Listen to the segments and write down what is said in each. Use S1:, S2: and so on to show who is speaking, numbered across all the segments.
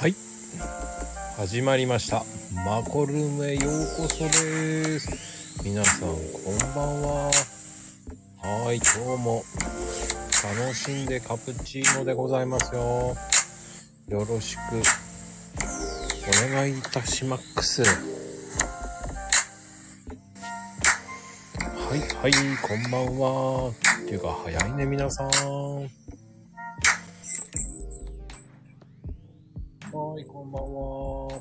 S1: はい始まりましたマコルームへようこそです皆さんこんばんははい今日も楽しんでカプチーノでございますよよろしくお願いいたしまっくすはいはいこんばんはっていうか早いね皆さんはい、こんばんは。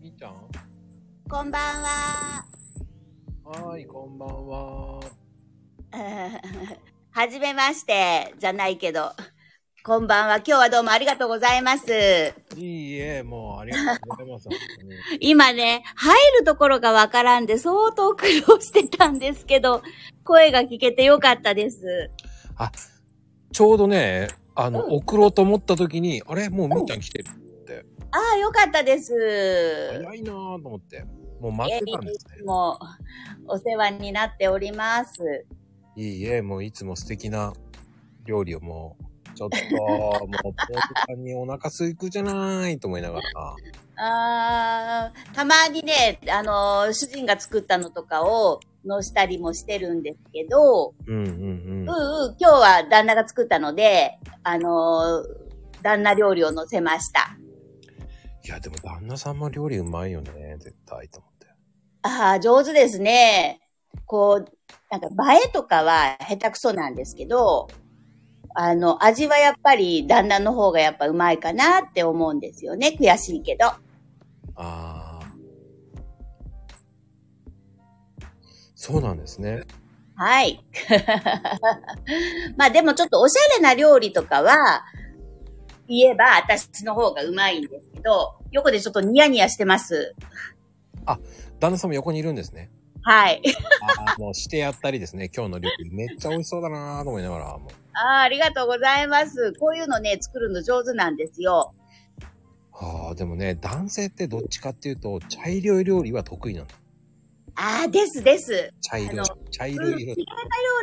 S1: みーちゃん
S2: こんばんは。
S1: はい、こんばんは。
S2: はじめまして、じゃないけど。こんばんは。今日はどうもありがとうございます。
S1: いいえ、もうありがとうございます。本当に
S2: 今ね、入るところがわからんで、相当苦労してたんですけど、声が聞けてよかったです。
S1: ちょうどね、あの、
S2: うん
S1: 送ろうと思った時に、あれもうみーちゃん来てる。
S2: ああ、よかったです。
S1: 早いなぁと思って。もう待ってたんです
S2: い
S1: ね
S2: つ。もお世話になっております。
S1: いいえ、もういつも素敵な料理をもう、 ちょっと、もう、ポーズさんにお腹すいくじゃないと思いながら。
S2: あーたまにね、あのー主人が作ったのとかを載したりもしてるんですけど、
S1: うんうんうん。
S2: うんうん、今日は旦那が作ったので、あのー旦那料理を乗せました。
S1: いや、でも旦那さんも料理うまいよね、絶対と思って。
S2: ああ、上手ですね。こう、なんか映えとかは下手くそなんですけど、あの、味はやっぱり旦那の方がやっぱうまいかなって思うんですよね。悔しいけど。
S1: ああ。そうなんですね。
S2: はい。 まあでもちょっとおしゃれな料理とかは、言えば私の方がうまいんですけど、横でちょっとニヤニヤしてます。
S1: 旦那さんも横にいるんですね。
S2: はい。
S1: ああ、もうしてやったりですね。今日の料理めっちゃ美味しそうだなーと思いながら、も
S2: ああ、ありがとうございます。こういうのね、作るの上手なんですよ。
S1: う。はあ、でもね、男性ってどっちかっていうと、茶色い料理は得意なの。
S2: ああ、ですです。
S1: 茶色
S2: あ
S1: い
S2: の、
S1: 茶
S2: うん、
S1: 色い
S2: 嫌
S1: 色
S2: いな。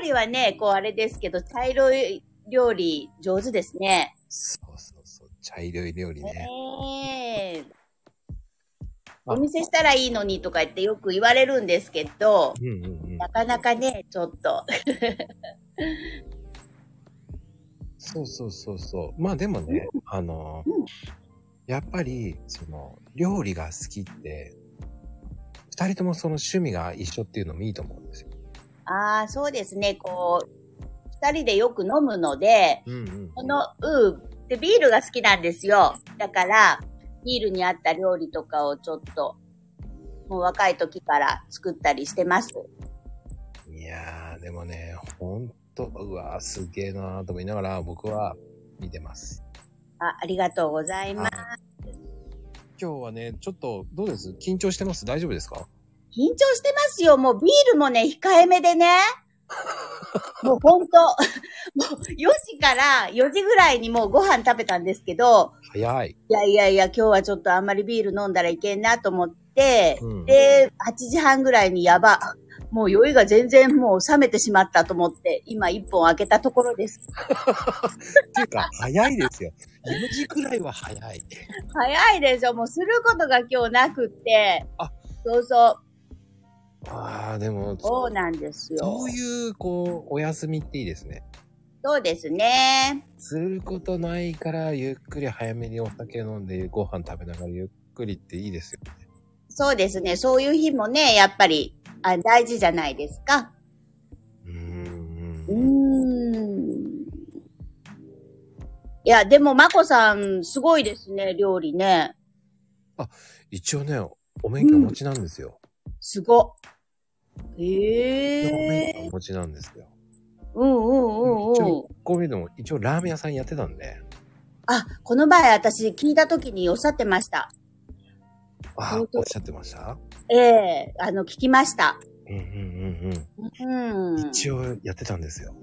S2: 料理はね、こうあれですけど、茶色い料理上手ですね。
S1: そうそうそう。茶色い料理ね。
S2: ねえ
S1: あ
S2: お見せしたらいいのにとか言ってよく言われるんですけど、
S1: うんうんうん
S2: な。かなかね、ちょっと。
S1: そうそうそうそう。まあでもね、あの
S2: うん、
S1: やっぱり、その、料理が好きって、二人ともその趣味が一緒っていうのもいいと思うんですよ。
S2: ああ、そうですね、こう、二人でよく飲むので、
S1: うんうん
S2: この、うん。で、ビールが好きなんですよ。だから、ビールに合った料理とかをちょっと、もう若い時から作ったりしてます。
S1: いやー、でもね、ほんと、うわー、すげーなーと思いながら、僕は見てます。
S2: あ、ありがとうございます。
S1: 今日はね、ちょっと、どうです緊張してます大丈夫ですか
S2: 緊張してますよ。もうビールもね、控えめでね。もうほんと、もう4時から4時ぐらいにもうご飯食べたんですけど、
S1: 早い。
S2: いやいやいや、今日はちょっとあんまりビール飲んだらいけんなと思って、
S1: うん
S2: で、8時半ぐらいにやば。もう酔いが全然もう冷めてしまったと思って、今1本開けたところです。
S1: っていうか、早いですよ。4時くらいは早い。
S2: 早いでしょもうすることが今日なくって。
S1: あ
S2: そうそう。
S1: あー、でも、
S2: そうなんですよ。
S1: そういう、こう、お休みっていいですね。
S2: そうですね。
S1: することないから、ゆっくり早めにお酒飲んで、ご飯食べながらゆっくりっていいですよ。
S2: そうですね。そういう日もね、やっぱりあ大事じゃないですか。
S1: うーん
S2: うー。ん。いや、でも、まこさん、すごいですね、料理ね。
S1: 一応ね、お免許お持ちなんですよ。
S2: すごっ。
S1: お
S2: へ
S1: 免許
S2: え
S1: お持ちなんですよ。
S2: うんうんうん
S1: 一
S2: うん
S1: 応。、こういうのも、一応ラーメン屋さんやってたんで。
S2: あ、この前私聞いた時におっしゃってました。
S1: ああ、
S2: 本当
S1: おっしゃってました
S2: ええあの、聞きました。
S1: うんうんうん
S2: う
S1: うん。
S2: ん。
S1: 一応やってたんですよ。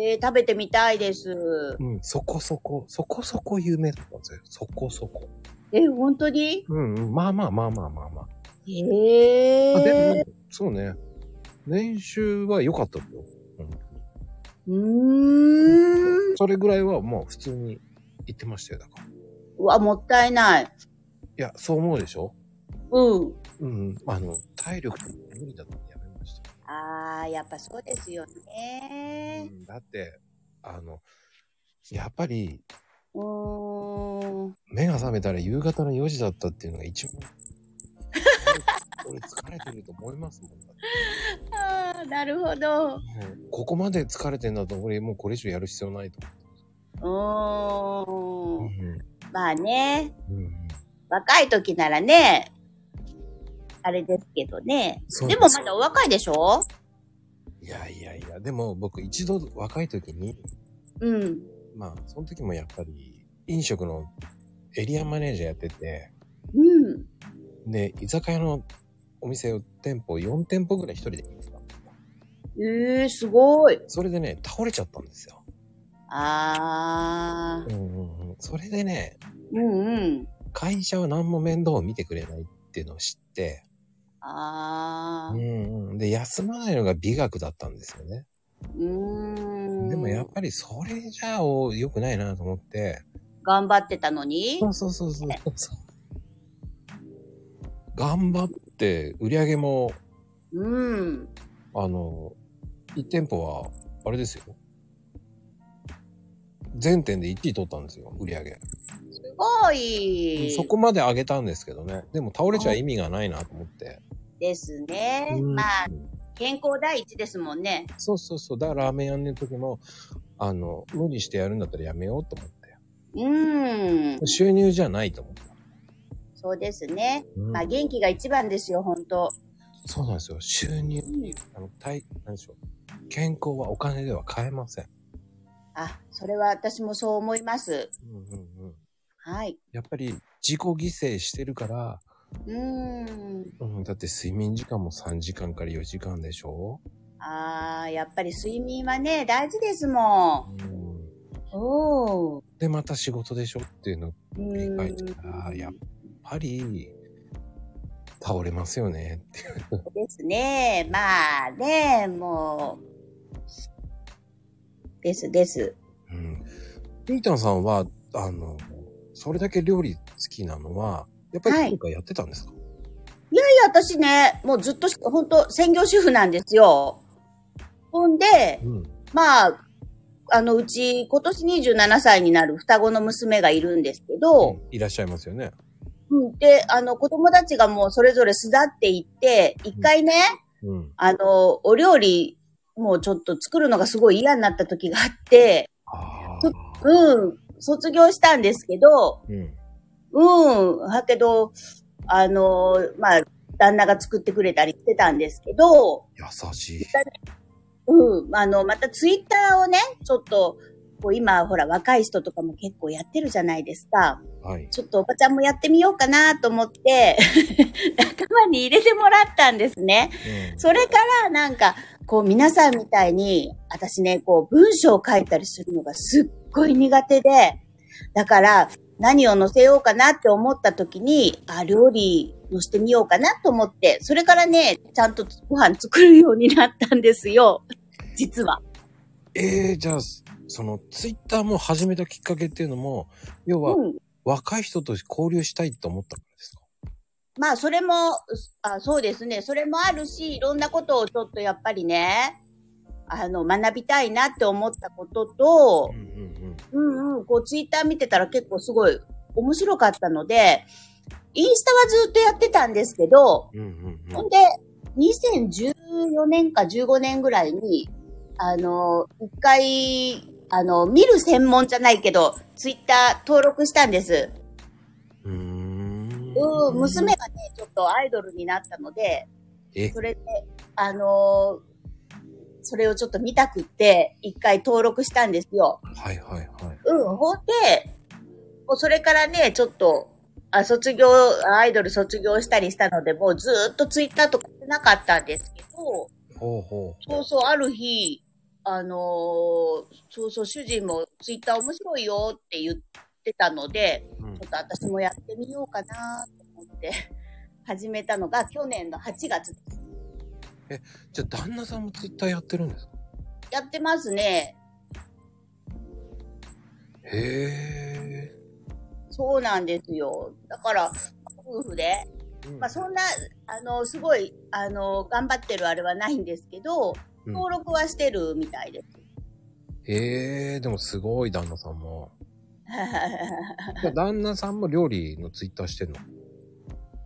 S2: ええ食べてみたいです。
S1: うん、そこそこ、そこそこ有名だったんですよ。そこそこ。
S2: え、本当に
S1: うんうん、まあまあまあまあまあまあ。
S2: え
S1: あで
S2: え
S1: も、そうね。練習は良かったんだよ。本当に
S2: うーん。
S1: それぐらいはもう普通に言ってましたよ、だから。いう
S2: わ、もったいない。
S1: や、そう思うでしょ
S2: うん。
S1: うん。あの、体力とか無理だってやめました。
S2: ああ、やっぱそうですよ
S1: う
S2: ね。
S1: ん、だって、あの、やっぱり、
S2: うーん。
S1: 目が覚めたら夕方の4時だったっていうのが一番、俺疲れてると思いますもん。だって
S2: ああ、なるほど。う
S1: もうここまで疲れてんだと俺もうこれ以上やる必要ないと
S2: ー
S1: 思
S2: ん。
S1: う。
S2: まあね、
S1: うん。うん。
S2: 若い時ならね、あれですけどね。
S1: そう
S2: でもまだお若いでしょ
S1: いやいやいや、でも僕一度若い時に、
S2: うん。
S1: まあ、その時もやっぱり飲食のエリアマネージャーやってて、
S2: うん。
S1: で、居酒屋のお店を店舗4店舗ぐらい一人で見てた。
S2: ええー、すごい。
S1: それでね、倒れちゃったんですよ。
S2: ああ
S1: う、んうんうん。それでね、
S2: うんうん。
S1: 会社は何も面倒を見てくれないっていうのを知って、
S2: あ
S1: う
S2: あ、
S1: んうん。で、休まないのが美学だったんですよね。
S2: うーん。
S1: でもやっぱりそれじゃあお良くないなと思って、
S2: 頑張ってたのに
S1: そうそうそうそうそう。頑張って、売り上げも
S2: うん。
S1: あの、1店舗は、あれですよ。全店で1位取ったんですよ、売り上げ。
S2: すごい。
S1: そこまで上げたんですけどね。でも倒れちゃ意味がないなと思って。
S2: ですね。
S1: うん
S2: まあ、健康第一ですもんね。
S1: そうそうそう。だからラーメン屋の時も、あの、無理してやるんだったらやめようと思って。
S2: うん。
S1: 収入じゃないと思った。
S2: そうですね。
S1: うん
S2: まあ、元気が一番ですよ、本当
S1: そうなんですよ。収入、あの、体、なんでしょう。健康はお金では買えません。
S2: あ、それは私もそう思います。
S1: うんうんうん。
S2: はい。
S1: やっぱり自己犠牲してるから、
S2: うん。
S1: うん、だって睡眠時間も3時間から4時間でしょ
S2: ああ、やっぱり睡眠はね、大事ですも
S1: うん
S2: ん。おお。
S1: で、また仕事でしょっていうのを
S2: う
S1: 繰り
S2: ん。
S1: 返したら、やっぱり、倒れますよねっていう。
S2: そうですね。まあね、もう。ですです。
S1: うん。ピータンさんは、あの、それだけ料理好きなのは、やっぱ
S2: は
S1: り
S2: い
S1: 何かやってたんですか、
S2: で私ね、もうずっとし、本当専業主婦なんですよ。ほんで、
S1: うん。
S2: まあ、あの、うち、今年27歳になる双子の娘がいるんですけど、
S1: いらっしゃいますよね。
S2: うん、で、あの、子供たちがもうそれぞれ巣立っていって、一回ね、
S1: うん。
S2: あの、お料理、もうちょっと作るのがすごい嫌になった時があって、
S1: あ
S2: ち
S1: あ
S2: ょ。うん、卒業したんですけど、
S1: うん。
S2: うん、だけど、あの、まあ、旦那が作ってくれたりしてたんですけど、
S1: 優しい。
S2: うん、あの、またツイッターをね、ちょっと、こう今、ほら、若い人とかも結構やってるじゃないですか。
S1: はい。
S2: ちょっとおばちゃんもやってみようかなと思って、 仲間に入れてもらったんですね。それから、なんか、こう、皆さんみたいに、私ね、こう、文章を書いたりするのがすっごい苦手で、だから、何を載せようかなって思った時に、あ、料理載せてみようかなと思って、それからね、ちゃんとご飯作るようになったんですよ。 実は。
S1: ええー、じゃあ、その、ツイッターも始めたきっかけっていうのも、要は、
S2: うん。
S1: 若い人と交流したいと思ったからですか
S2: まあ、それも、あ、そうですね。それもあるし、いろんなことをちょっとやっぱりね、あの、学びたいなって思ったことと、
S1: んうんうん。
S2: うんうん、こうツイッター見てたら結構すごい面白かったので、インスタはずっとやってたんですけど、
S1: うんうん
S2: ほんで、2014年か15年ぐらいに、あの、一回、あの、見る専門じゃないけど、ツイッター登録したんです。
S1: うん。う
S2: う
S1: ー
S2: ん、
S1: ん。
S2: 娘がね、ちょっとアイドルになったので、
S1: え、
S2: それで、あのそれをちょっと見たくって、一回登録したんですよ。
S1: はいはいはい。
S2: うん、ほんで、もうそれからね、ちょっと、あ、卒業、アイドル卒業したりしたので、もうずーっとツイッターとかしてなかったんですけど、
S1: ほうほう。
S2: そうそう、ある日、あのーそうそう、主人もツイッター面白いよって言ってたので、
S1: うん
S2: ちょっと私もやってみようかなと思って、始めたのが去年の8月。
S1: じゃあ旦那さんもツイッターやってるんですか
S2: やってますね。
S1: へ
S2: そうなんですよ。だから、夫婦で、
S1: え。
S2: まあ、そんな、あの、すごい、あの、頑張ってるあれはないんですけど、
S1: うん
S2: 登録はしてるみたいです。
S1: へえ、でもすごい旦那さんも。じゃあ旦那さんも料理のツイッターしてんの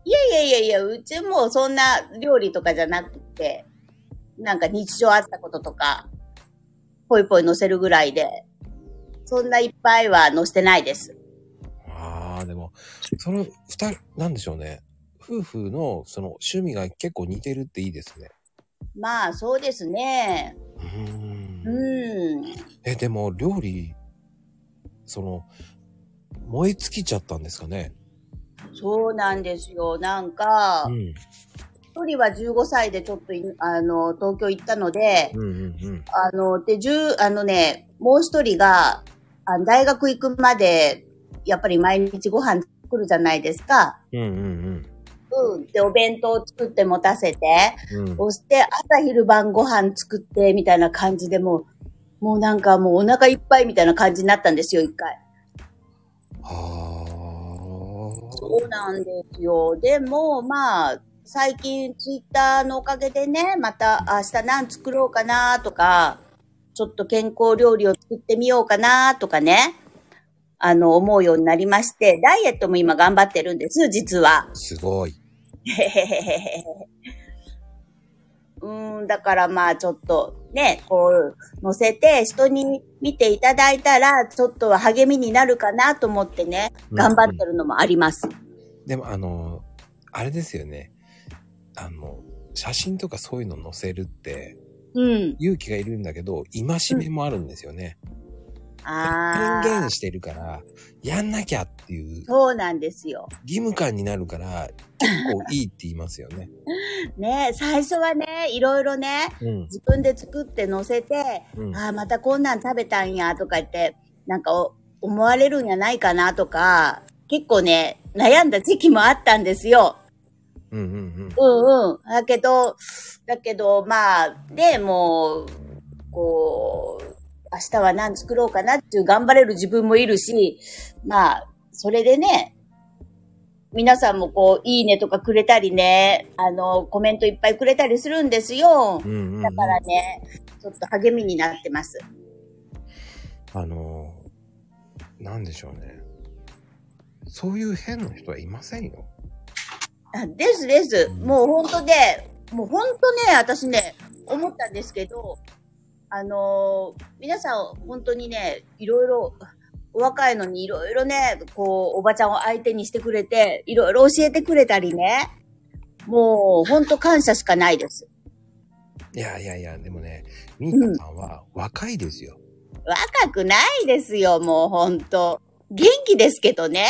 S2: いやいやいやいや、うちもそんな料理とかじゃなくて、なんか日常あったこととか、ぽいぽい載せるぐらいで、そんないっぱいは載せてないです。
S1: ああ、でも、その二人、なんでしょうね。夫婦のその趣味が結構似てるっていいですね。
S2: まあ、そうですね。
S1: うーん
S2: うん。
S1: え、でも料理、その、燃え尽きちゃったんですかね。
S2: そうなんですよ。なんか
S1: う、ん。
S2: 一人は15歳でちょっとい、あの、東京行ったので、
S1: うんうんうん。
S2: あの、で、十、あのね、もう一人が、あの大学行くまで、やっぱり毎日ご飯作るじゃないですか。
S1: うんうん
S2: うん。で、お弁当作って持たせて、
S1: うん。うん、
S2: そして朝昼晩ご飯作って、みたいな感じでもう、もうなんかもうお腹いっぱいみたいな感じになったんですよ、一回。
S1: は
S2: そうなんですよ。でも、まあ、最近ツイッターのおかげでね、また明日何作ろうかなとか、ちょっと健康料理を作ってみようかなとかね、あの、思うようになりまして、ダイエットも今頑張ってるんです、実は
S1: あ。。すごい。
S2: うーん、だからまあちょっとね、こう、載せて人に見ていただいたら、ちょっとは励みになるかなと思ってね、頑張ってるのもあります。
S1: でもあの、あれですよね。あの、写真とかそういうの載せるって
S2: うん。
S1: 勇気がいるんだけど、戒めもあるんですよね。
S2: あ
S1: 宣
S2: あ
S1: 言、してるから、やんなきゃっていう
S2: そうなんですよ。
S1: 義務感になるから、結構いいって言いますよね。
S2: ね、最初はね、いろいろね、
S1: うん。
S2: 自分で作って載せて、
S1: うん。
S2: ああ、またこんなん食べたんや、とか言って、なんかお思われるんやないかなとか、結構ね、悩んだ時期もあったんですよ。
S1: うんうん
S2: うんうん。だけど、だけど、まあ、で、もう、こう、明日は何作ろうかなっていう頑張れる自分もいるし、まあ、それでね、皆さんもこう、いいねとかくれたりね、あの、コメントいっぱいくれたりするんですよ
S1: うん。う。んうん、うん。
S2: だからね、ちょっと励みになってます。
S1: あのー、なんでしょうね。そういう変な人はいませんよ。
S2: あですです。
S1: うん
S2: もう本当で、もう本当ね、私ね、思ったんですけど、あのー皆さん本当にね、いろいろ、お若いのにいろいろね、こう、おばちゃんを相手にしてくれて、いろいろ教えてくれたりね、もう本当感謝しかないです。
S1: いやいやいや、でもね、ミーカさんは若いですよ。
S2: 若くないですよ、もう本当元気ですけどね。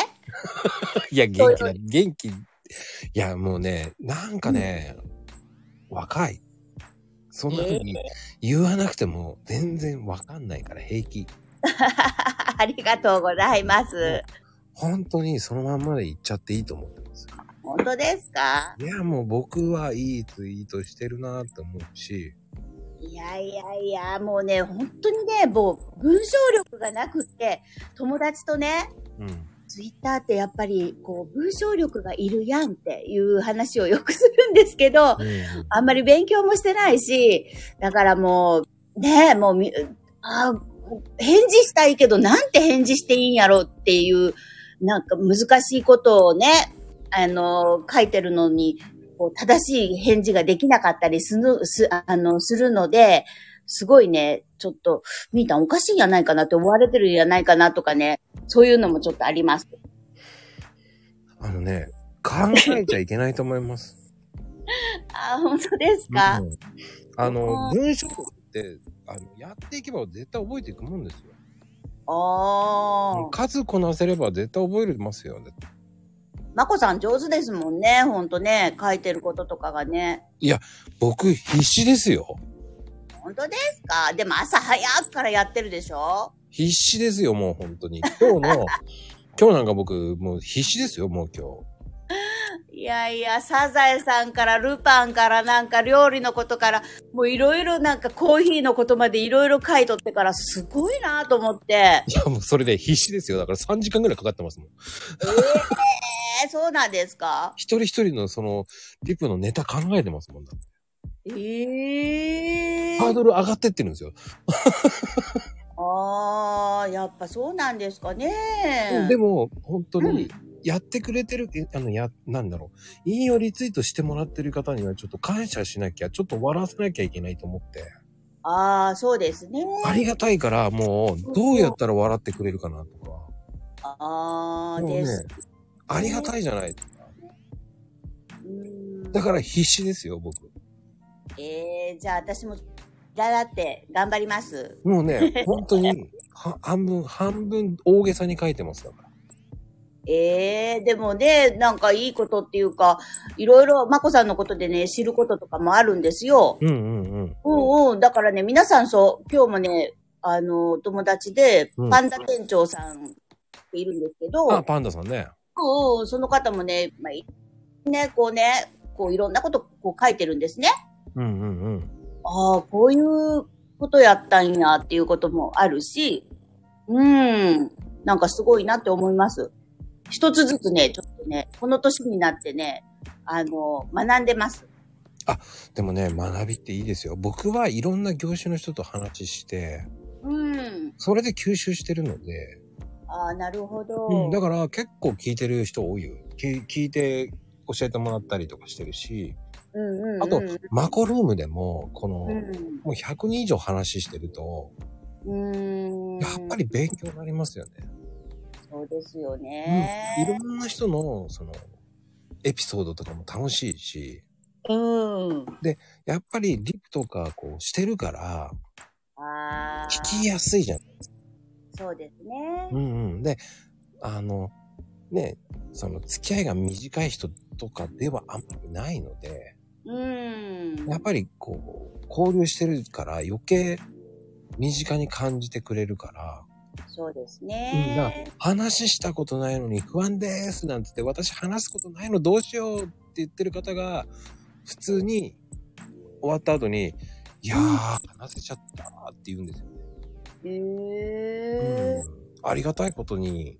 S1: いや、
S2: 元気だ
S1: 元気。いや、もうね、なんかね、若い。そんな風に言わなくても全然わかんないから平気。
S2: ありがとうございます。
S1: 本当にそのまんまで言っちゃっていいと思ってます。
S2: 本当ですか
S1: いや、もう僕はいいツイートしてるなと思うし、
S2: いやいやいや、もうね、本当にね、もう文章力がなくって、友達とね、
S1: うん。
S2: ツイッターってやっぱり、こう、文章力がいるやんっていう話をよくするんですけど、
S1: うん
S2: あんまり勉強もしてないし、だからもう、ねえ、もうみ、あー返事したいけど、なんて返事していいんやろっていう、なんか難しいことをね、あの、書いてるのに、こう正しい返事ができなかったりする、す、あの、するので、すごいね、ちょっと、みーたんおかしいんじゃないかなって思われてるんじゃないかなとかね、そういうのもちょっとあります。
S1: あのね、考えちゃいけないと思います。
S2: あー、本当です か、
S1: うんあの
S2: う、ん
S1: 文章って、あの、やっていけば絶対覚えていくもんですよ。
S2: ああ。
S1: 数こなせれば絶対覚えれますよ。
S2: まこさん上手ですもんね、ほんとね、書いてることとかがね。
S1: 僕、必死ですよ。
S2: 本当ですかでも朝早くからやってるでしょ
S1: 必死ですよ、もう 本当に。今日の、今日なんか僕、もう必死ですよ、もう今日。
S2: いやいや、サザエさんからルパンからなんか料理のことから、もういろいろなんかコーヒーのことまでいろいろ書いとってからすごいなと思って。
S1: いや、もうそれで必死ですよ。だから3時間ぐらいかかってますもん。
S2: えー、そうなんですか
S1: 一人一人のその、リプのネタ考えてますもんだって。
S2: ええ
S1: ハー
S2: ー。
S1: ドル上がってってるんですよ。
S2: ああ、やっぱそうなんですかね。
S1: でも、本当
S2: う
S1: に
S2: ん、
S1: やってくれてる、えあの、や、なんだろう。引用リツイートしてもらってる方にはちょっと感謝しなきゃ、ちょっと笑わせなきゃいけないと思って。
S2: ああ、そうですね。
S1: ありがたいから、もう、どうやったら笑ってくれるかなとか。
S2: ああ、
S1: もうね
S2: です。
S1: ありがたいじゃない。
S2: うん
S1: だから必死ですよ、僕。
S2: ええー、じゃあ私も、だらって頑張ります。
S1: もう ね、本当に、は半分、半分大げさに書いてますだから。
S2: ええでもね、なんかいいことっていうか、いろいろ、まこさんのことでね、知ることとかもあるんですよ。
S1: うんうんうん。
S2: うんうん。だからね、皆さんそう、今日もね、あの、お友達で
S1: うん、
S2: パンダ店長さんっているんですけど、
S1: あ、パンダさんね。
S2: うんうん、その方もね、まあい、ね、こうね、こういろんなことこう書いてるんですね。
S1: うんうんうん。
S2: ああ、こういうことやったんやっていうこともあるし、うん、なんかすごいなって思います。一つずつね、ちょっとね、この年になってね、あの、学んでます。
S1: でもね、学びっていいですよ。僕はいろんな業種の人と話して、
S2: うん。
S1: それで吸収してるので、
S2: ああ、なるほど。
S1: うん、だから結構聞いてる人多いよ。き聞いて教えてもらったりとかしてるし、
S2: うんうんうん、
S1: あとマコルームでも、この、
S2: うん。
S1: もう100人以上話してると、
S2: うん。
S1: やっぱり勉強になりますよね。
S2: そうですよ
S1: うん、いろ
S2: ね。
S1: んな人の、その、エピソードとかも楽しいし、
S2: うん。
S1: やっぱりリプとかこうしてるから、
S2: ああ。
S1: 聞きやすいじゃん。
S2: そうですね。
S1: うんうん。で、あの、ね、その付き合いが短い人とかではあんまりないので、
S2: うん。
S1: やっぱりこう、交流してるから余計身近に感じてくれるから、
S2: そうです
S1: うんだか
S2: ね。
S1: 話したことないのに不安ですなんて言って、私話すことないのどうしようって言ってる方が、普通に終わった後に、いやー、話せちゃったーって言うんですよね。
S2: へ
S1: う
S2: え。
S1: ん、ありがたいことに、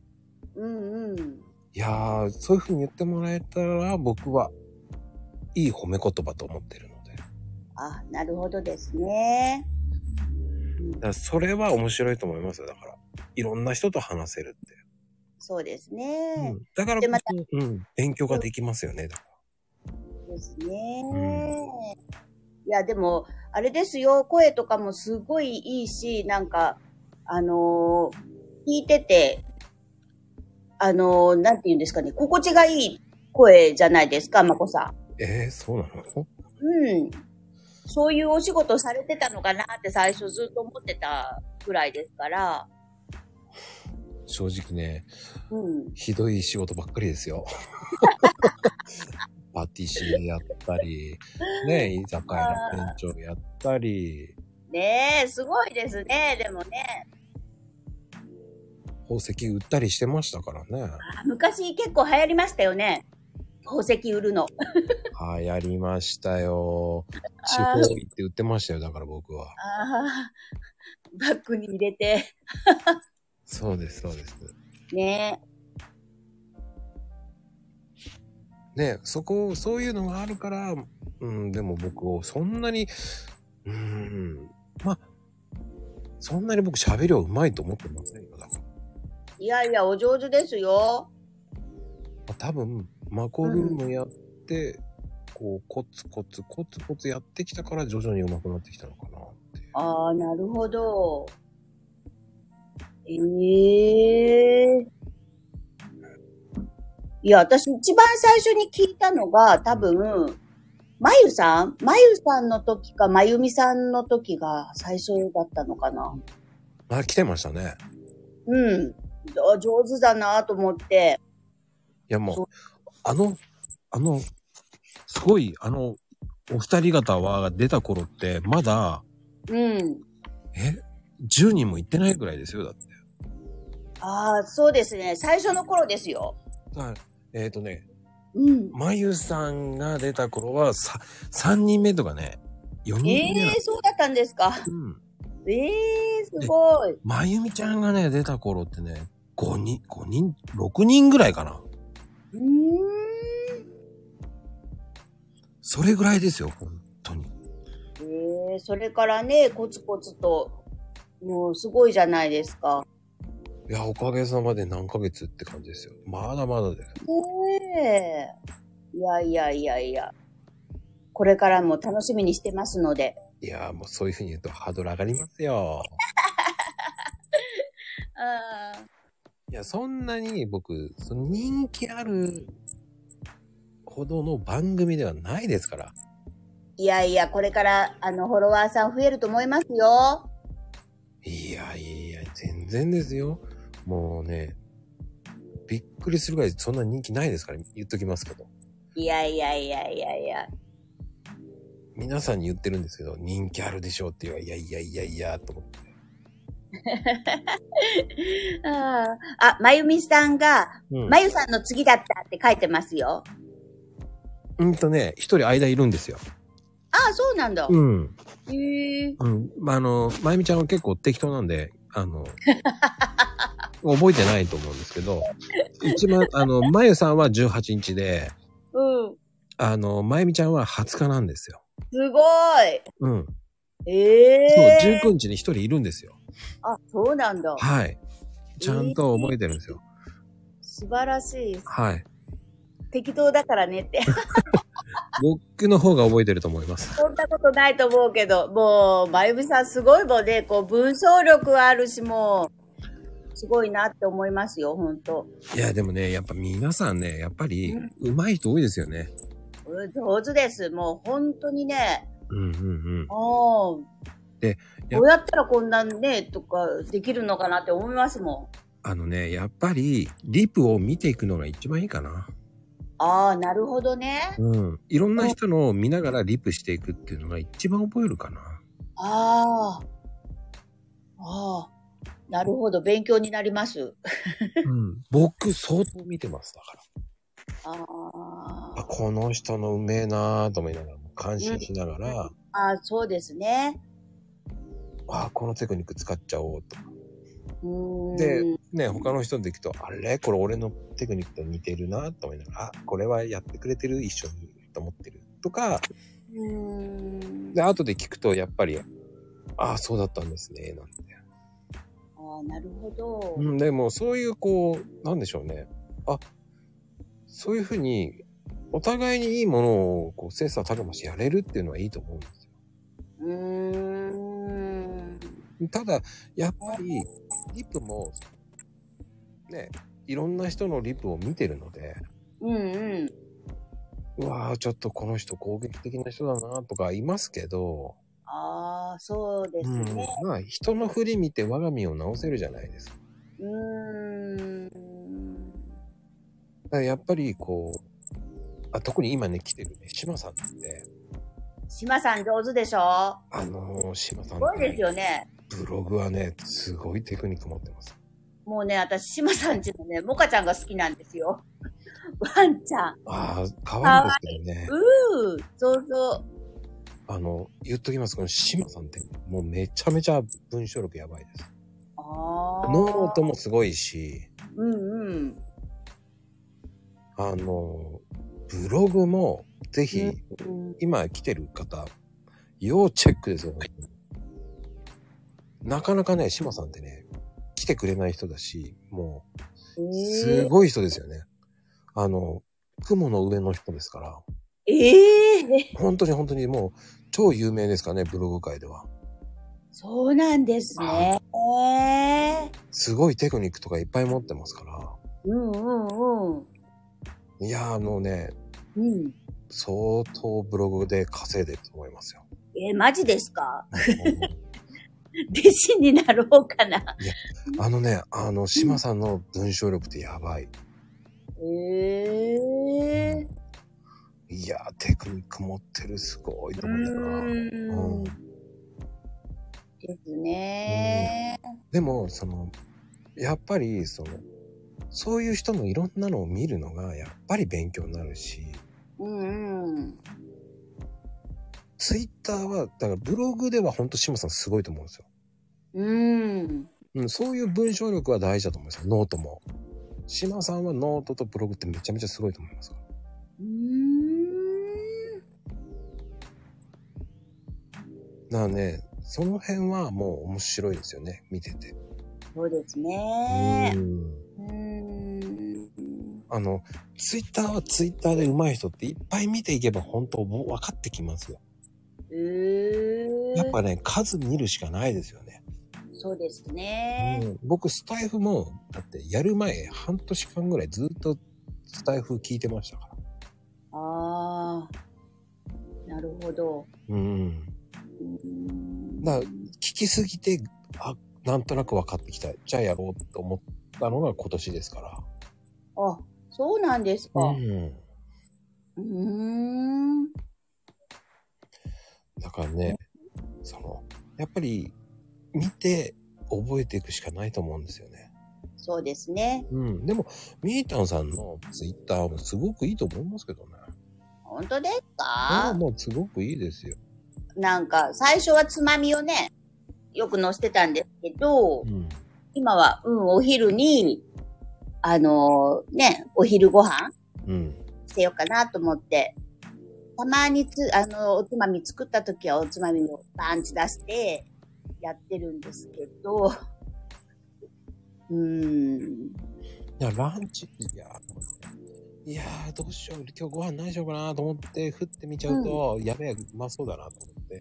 S2: うんうん。
S1: いやー、そういうふうに言ってもらえたら、僕はいい褒め言葉と思ってるので。だ
S2: あ、なるほどですね。
S1: からそれは面白いと思いますよ。だから、いろんな人と話せるって。
S2: そうです
S1: う
S2: ね。
S1: ん、だから
S2: でまた
S1: こそ、うん、勉強ができますよね。だか
S2: ですね。いや、でも、あれですよ、声とかもすごいいいし、なんか、あのー聞いてて、あのーなんて言うんですかね、心地がいい声じゃないですか、まこさん。
S1: らえー、そうなの
S2: うん。そういうお仕事されてたのかなって最初ずっと思ってたぐらいですから。
S1: 正直ね、
S2: うん。
S1: ひどい仕事ばっかりです よ。パティシエやった り、ね、居酒屋の店長やったり、
S2: ねえ、すごいですね、でもね。
S1: 宝石売ったりしてましたからね。
S2: 昔結構流行りましたよね。宝石売るの。
S1: はやりましたよ。地
S2: あ
S1: 方
S2: ー
S1: 行って売ってましたよ、だから僕は。
S2: ああ。バッグに入れて。
S1: そうです、そうです。
S2: ね
S1: ね、そこ、そういうのがあるから、うん、でも僕をそんなに、うん、まあ、そんなに僕喋りはうまいと思ってませんよ、だから。
S2: いやいや、お上手ですよ。
S1: 多分マコルームやって、こうコツコツコツコツやってきたから徐々に上手くなってきたのかなっていう
S2: ああ、なるほど。ええいや、私一番最初に聞いたのが、多分、まゆさんまゆさんの時か、まゆみさんの時が最初だったのかな。
S1: あ来てましたね
S2: うん。あ上手だなと思って。
S1: いやもう
S2: そう
S1: あのあのすごいあのお二人方は出た頃ってまだ
S2: うん。
S1: え10人も行ってないぐらいですよだって
S2: ああ、そうですね。最初の頃ですよ。
S1: だからえっ、とね
S2: うん。
S1: まゆさんが出た頃は、さ、3人目とかね、4人
S2: え
S1: 目なの
S2: えそうだったんですか。
S1: うん。
S2: ええすごい。
S1: まゆみちゃんがね、出た頃ってね、5人、5人、6人ぐらいかな。
S2: うーん。
S1: それぐらいですよ、本当に。
S2: ええそれからね、コツコツと、もうすごいじゃないですか。
S1: いや、おかげさまで何ヶ月って感じですよ。まだまだです。
S2: ええいやいやいやいや。これからも楽しみにしてますので。
S1: いやー、もうそういうふうに言うとハードル上がりますよ。
S2: ああ。
S1: いや、そんなに僕、その人気あるほどの番組ではないですから。
S2: いやいや、これから、あの、フォロワーさん増えると思いますよ。
S1: いやいや、全然ですよ。もうね、びっくりするぐらいそんな人気ないですから、言っときますけど。
S2: いやいやいやいやいや。
S1: 皆さんに言ってるんですけど、人気あるでしょうって言うわいやいやいやいや、と思って。
S2: あーあ、まゆみさんが、
S1: うん
S2: まゆさんの次だったって書いてますよ。
S1: うんとね、一人間いるんですよ。
S2: ああ、そうなんだ。
S1: うん。
S2: へえ。
S1: うん。まあ、あの、まゆみちゃんは結構適当なんで、あの、 覚えてないと思うんですけど、一番、あの、まゆさんは18日で、
S2: うん。
S1: あの、まゆみちゃんは20日なんですよ。
S2: すごい。
S1: うん。
S2: え
S1: そう、
S2: え
S1: 19日に一人いるんですよ。
S2: あ、そうなんだ。
S1: はい。ちゃんと覚えてるんですよ。
S2: 素晴らしい。
S1: はい。
S2: 適当だからねって。
S1: 僕の方が覚えてると思います。
S2: そんなことないと思うけど、もう、まゆみさんすごいもんね、こう、文章力はあるし、もう、すごいなって思いますよ、ほんと。
S1: いや、でもね、やっぱ皆さんね、やっぱり
S2: うん、
S1: 上手い人多いですよね。
S2: うん上手です。もう、本当にね。
S1: うんうんうん
S2: あ。あ。
S1: でや
S2: こうやったらこんなね、とか、できるのかなって思いますもん。
S1: あのね、やっぱり、リプを見ていくのが一番いいかな。
S2: ああ、なるほどね。
S1: うん。いろんな人のを見ながらリプしていくっていうのが一番覚えるかな。
S2: ああ。ああ。なるほど。勉強になります。
S1: うん。僕、相当見てます、だから。
S2: あ
S1: あ、
S2: あ。
S1: この人のうめえなぁと思いながら、もう感心しながら、
S2: ああ、そうですね。
S1: あ、このテクニック使っちゃおうとか。
S2: うーん。
S1: でね、他の人で聞くと、あれこれ俺のテクニックと似てるなと思いながら、あ、これはやってくれてる、一緒にと思ってる。とか、
S2: うーん。
S1: で、後で聞くと、やっぱり、ああ、そうだったんですね、なんて。
S2: ああ、なるほど。
S1: うん、でも、そういう、こう、なんでしょうね。あ、そういうふうに、お互いにいいものを、こう、センサー高ましてやれるっていうのはいいと思うんです
S2: うーん。
S1: よ。ただ、やっぱり、リップも、ね、いろんな人のリップを見てるので、
S2: うんうん。
S1: うわあちょっとこの人攻撃的な人だなとかいますけど、
S2: ああ、そうです
S1: うん
S2: ね。
S1: まあ人の振り見て我が身を直せるじゃないですか。
S2: うーん。
S1: だからやっぱりこう、あ特に今ね来てるね、島さんって、
S2: 島さん上手でしょ
S1: あのー、島さん
S2: す
S1: っ
S2: ごい
S1: て
S2: ですよね。
S1: ブログはね、すごいテクニック持ってます。
S2: もうね、私、島さんちのね、モカちゃんが好きなんですよ。ワンちゃん。
S1: ああ、可愛いんですけどね。
S2: うー、そうそう。
S1: あの、言っときます、この島さんってもうめちゃめちゃ文章力やばいです。
S2: ああ。
S1: ノートもすごいし、
S2: うんうん。
S1: あのー、ブログもぜひ、
S2: うん
S1: 今来てる方、要チェックですよ、ね。なかなかね、島さんってね、来てくれない人だし、もう、すごい人ですよね。あの、雲の上の人ですから、
S2: えええ
S1: 本当に本当にもう、超有名ですからね、ブログ界では。
S2: そうなんですね。ええ
S1: すごいテクニックとかいっぱい持ってますか
S2: うんうんうん。
S1: ら。いやー、あのね、
S2: うん。
S1: 相当ブログで稼いでると思いますよ。
S2: えマジですか弟子になろうかな。
S1: あのね、あの、島さんの文章力ってやばい。
S2: ええ
S1: いやー、テクニック持ってる、すごいと思ったな。
S2: うん
S1: うん
S2: ですね。
S1: でも、その、やっぱり、その、そういう人のいろんなのを見るのがやっぱり勉強になるし、
S2: うんうん。
S1: ツイッターは、だからブログでは本当志麻さんすごいと思うんですよ。
S2: うん。
S1: うん、そういう文章力は大事だと思うんですよ。ノートも。志麻さんはノートとブログってめちゃめちゃすごいと思います。
S2: うーん。
S1: なので、その辺はもう面白いですよね。見てて。
S2: そうですね
S1: う。ん
S2: うん。
S1: あの、ツイッターはツイッターで上手い人っていっぱい見ていけば本当もう分かってきますよ。
S2: うー
S1: やっぱね、数見るしかないですよね。
S2: そうですね。
S1: うん、僕、スタイフも、だってやる前半年間ぐらいずっとスタイフ聞いてましたから。
S2: ああ。なるほど。
S1: うん。
S2: うん
S1: だから聞きすぎて、あ、なんとなく分かってきた。じゃあやろうと思ったのが今年ですか
S2: あ、そうなんです
S1: ら。
S2: か。
S1: ん。
S2: うーん。
S1: だからね、その、やっぱり見て覚えていくしかないと思うんですよね。
S2: そうですね。
S1: うん。でも、ミータンさんのツイッターもすごくいいと思いますけどね。
S2: 本当です
S1: ああ、
S2: か
S1: もうすごくいいですよ。
S2: なんか、最初はつまみをね、よく載せてたんですけど、
S1: うん。
S2: 今は、うん、お昼に、あのーね、お昼ご飯
S1: うん。
S2: してようかなと思って、たまにつ、あのーおつまみ作った時はおつまみをパンチ出してやってるんですけど、うーん、
S1: いや、ランチ、いやー、いやーどうしよう、今日ご飯何しようかなと思って、振ってみちゃうと、やべえ、うまそうだなと思って。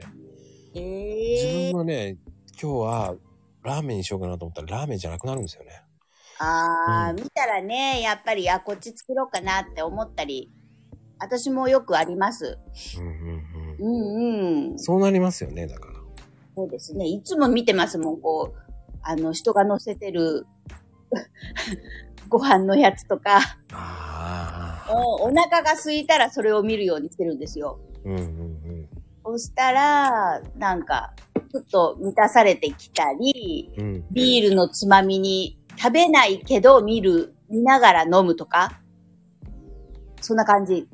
S1: 自
S2: ええ
S1: 分はね、今日は、ラーメンにしようかなと思ったら、ラーメンじゃなくなるんですよね。
S2: ああ、
S1: うん
S2: 見たらね、やっぱり、あ、こっち作ろうかなって思ったり、私もよくあります。
S1: うんうんうん。
S2: うんうん。
S1: そうなりますよね、だから。
S2: そうですね。いつも見てますもん、こう、あの、人が乗せてる、ご飯のやつとか、
S1: ああ。
S2: おお腹が空いたらそれを見るようにしてるんですよ。
S1: うんうんうん。
S2: そしたら、なんか、ちょっと満たされてきたり、
S1: うん。
S2: ビールのつまみに食べないけど見る、見ながら飲むとか、そんな感じ。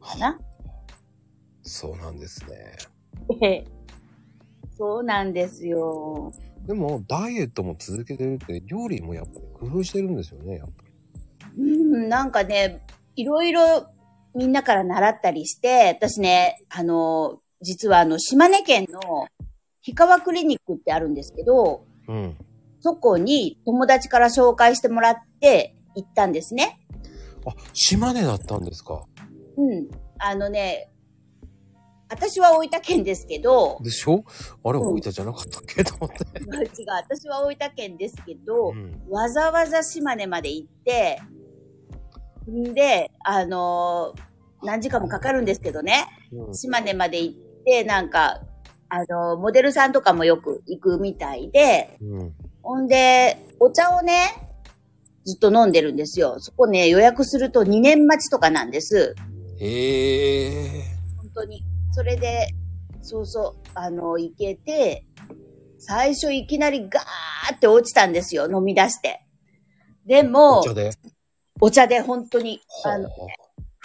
S2: かな
S1: そうなんですね。
S2: ええそうなんですよ。
S1: でも、ダイエットも続けてるって、料理もやっぱり工夫してるんですよね、やっぱり。
S2: うん、なんかね、いろいろみんなから習ったりして、私ね、あの、実はあの、島根県の氷川クリニックってあるんですけど、
S1: うん。
S2: そこに友達から紹介してもらって行ったんですね。
S1: あ、島根だったんですか。
S2: うん。あのね、私は大分県ですけど、
S1: でしょあれ、
S2: うん
S1: 大分じゃなかったっけと思って。
S2: 違う、私は大分県ですけど、
S1: ん。
S2: わざわざ島根まで行って、んで、あのー何時間もかかるんですけどね、島根まで行って、なんか、あのーモデルさんとかもよく行くみたいで、
S1: うん。
S2: ほんで、お茶をね、ずっと飲んでるんですよ。そこね、予約すると2年待ちとかなんです。
S1: へえ。
S2: 本当に。それで、そうそう、あの、行けて、最初いきなりガーって落ちたんですよ、飲み出して。でも、
S1: お
S2: お
S1: 茶
S2: 茶で、
S1: で。
S2: 本当に、あの、
S1: は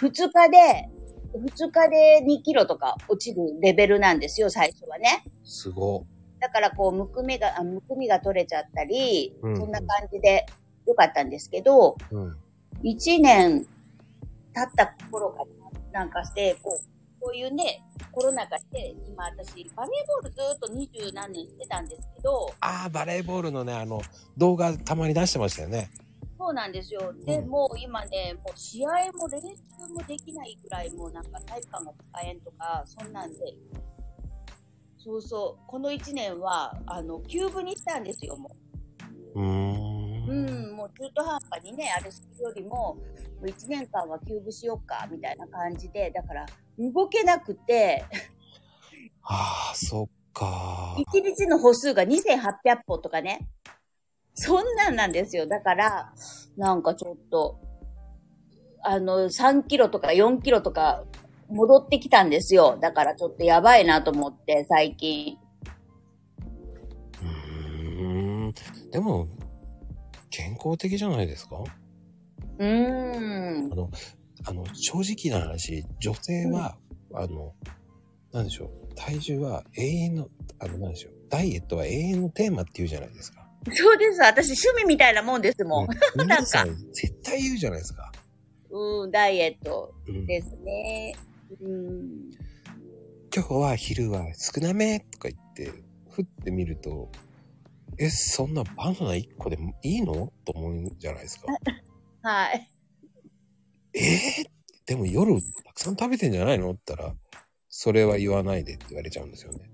S2: 2日で、2日で2キロとか落ちるレベルなんですよ、最初はね。
S1: あすご
S2: だからこう、むくみが、あむくみが取れちゃったり、
S1: うん
S2: そんな感じでよかったんですけど、
S1: い。うん。
S2: 1年経った頃かなんかして、こう、こういうね、コロナ禍して、今私、バレーボールずーっと二十何年してたんですけど、
S1: ああ、バレーボールのね、あの、動画たまに出してましたよね。
S2: そうなんですよ。で
S1: うん
S2: もう今ね、もう試合も練習もできないぐらい、もうなんか体育館が使えんとか、そんなんで、そうそう、この1年は、あの、休部にしたんですよ、もう。
S1: うーん。
S2: う。ん、もう中途半端にね、あれするよりも、もう1年間は休部しようか、みたいな感じで、だから、動けなくて、
S1: ああ、そっか
S2: 1。日の歩数が2800歩とかね。そんなんなんですよ。だから、なんかちょっと、あの、3キロとか4キロとか戻ってきたんですよ。だからちょっとやばいなと思って、最近。
S1: うーん。でも、健康的じゃないですか
S2: うーん
S1: あ。の、あの、正直な話、女性は、あの、なんでしょう、体重は永遠の、あの、なんでしょう、ダイエットは永遠のテーマって言うじゃないですか。
S2: そうです。私、趣味みたいなもんですも
S1: う
S2: ん。
S1: ん皆さん、絶対言うじゃないですか。
S2: うん、ダイエット
S1: うん
S2: ですね。うん。
S1: 今日は昼は少なめとか言って、ふってみると、え、そんなバナナ1個でもいいのと思うじゃないですか。
S2: はい。
S1: えーでも夜たくさん食べてんじゃないのって言ったら、それは言わないでって言われちゃうんですよね。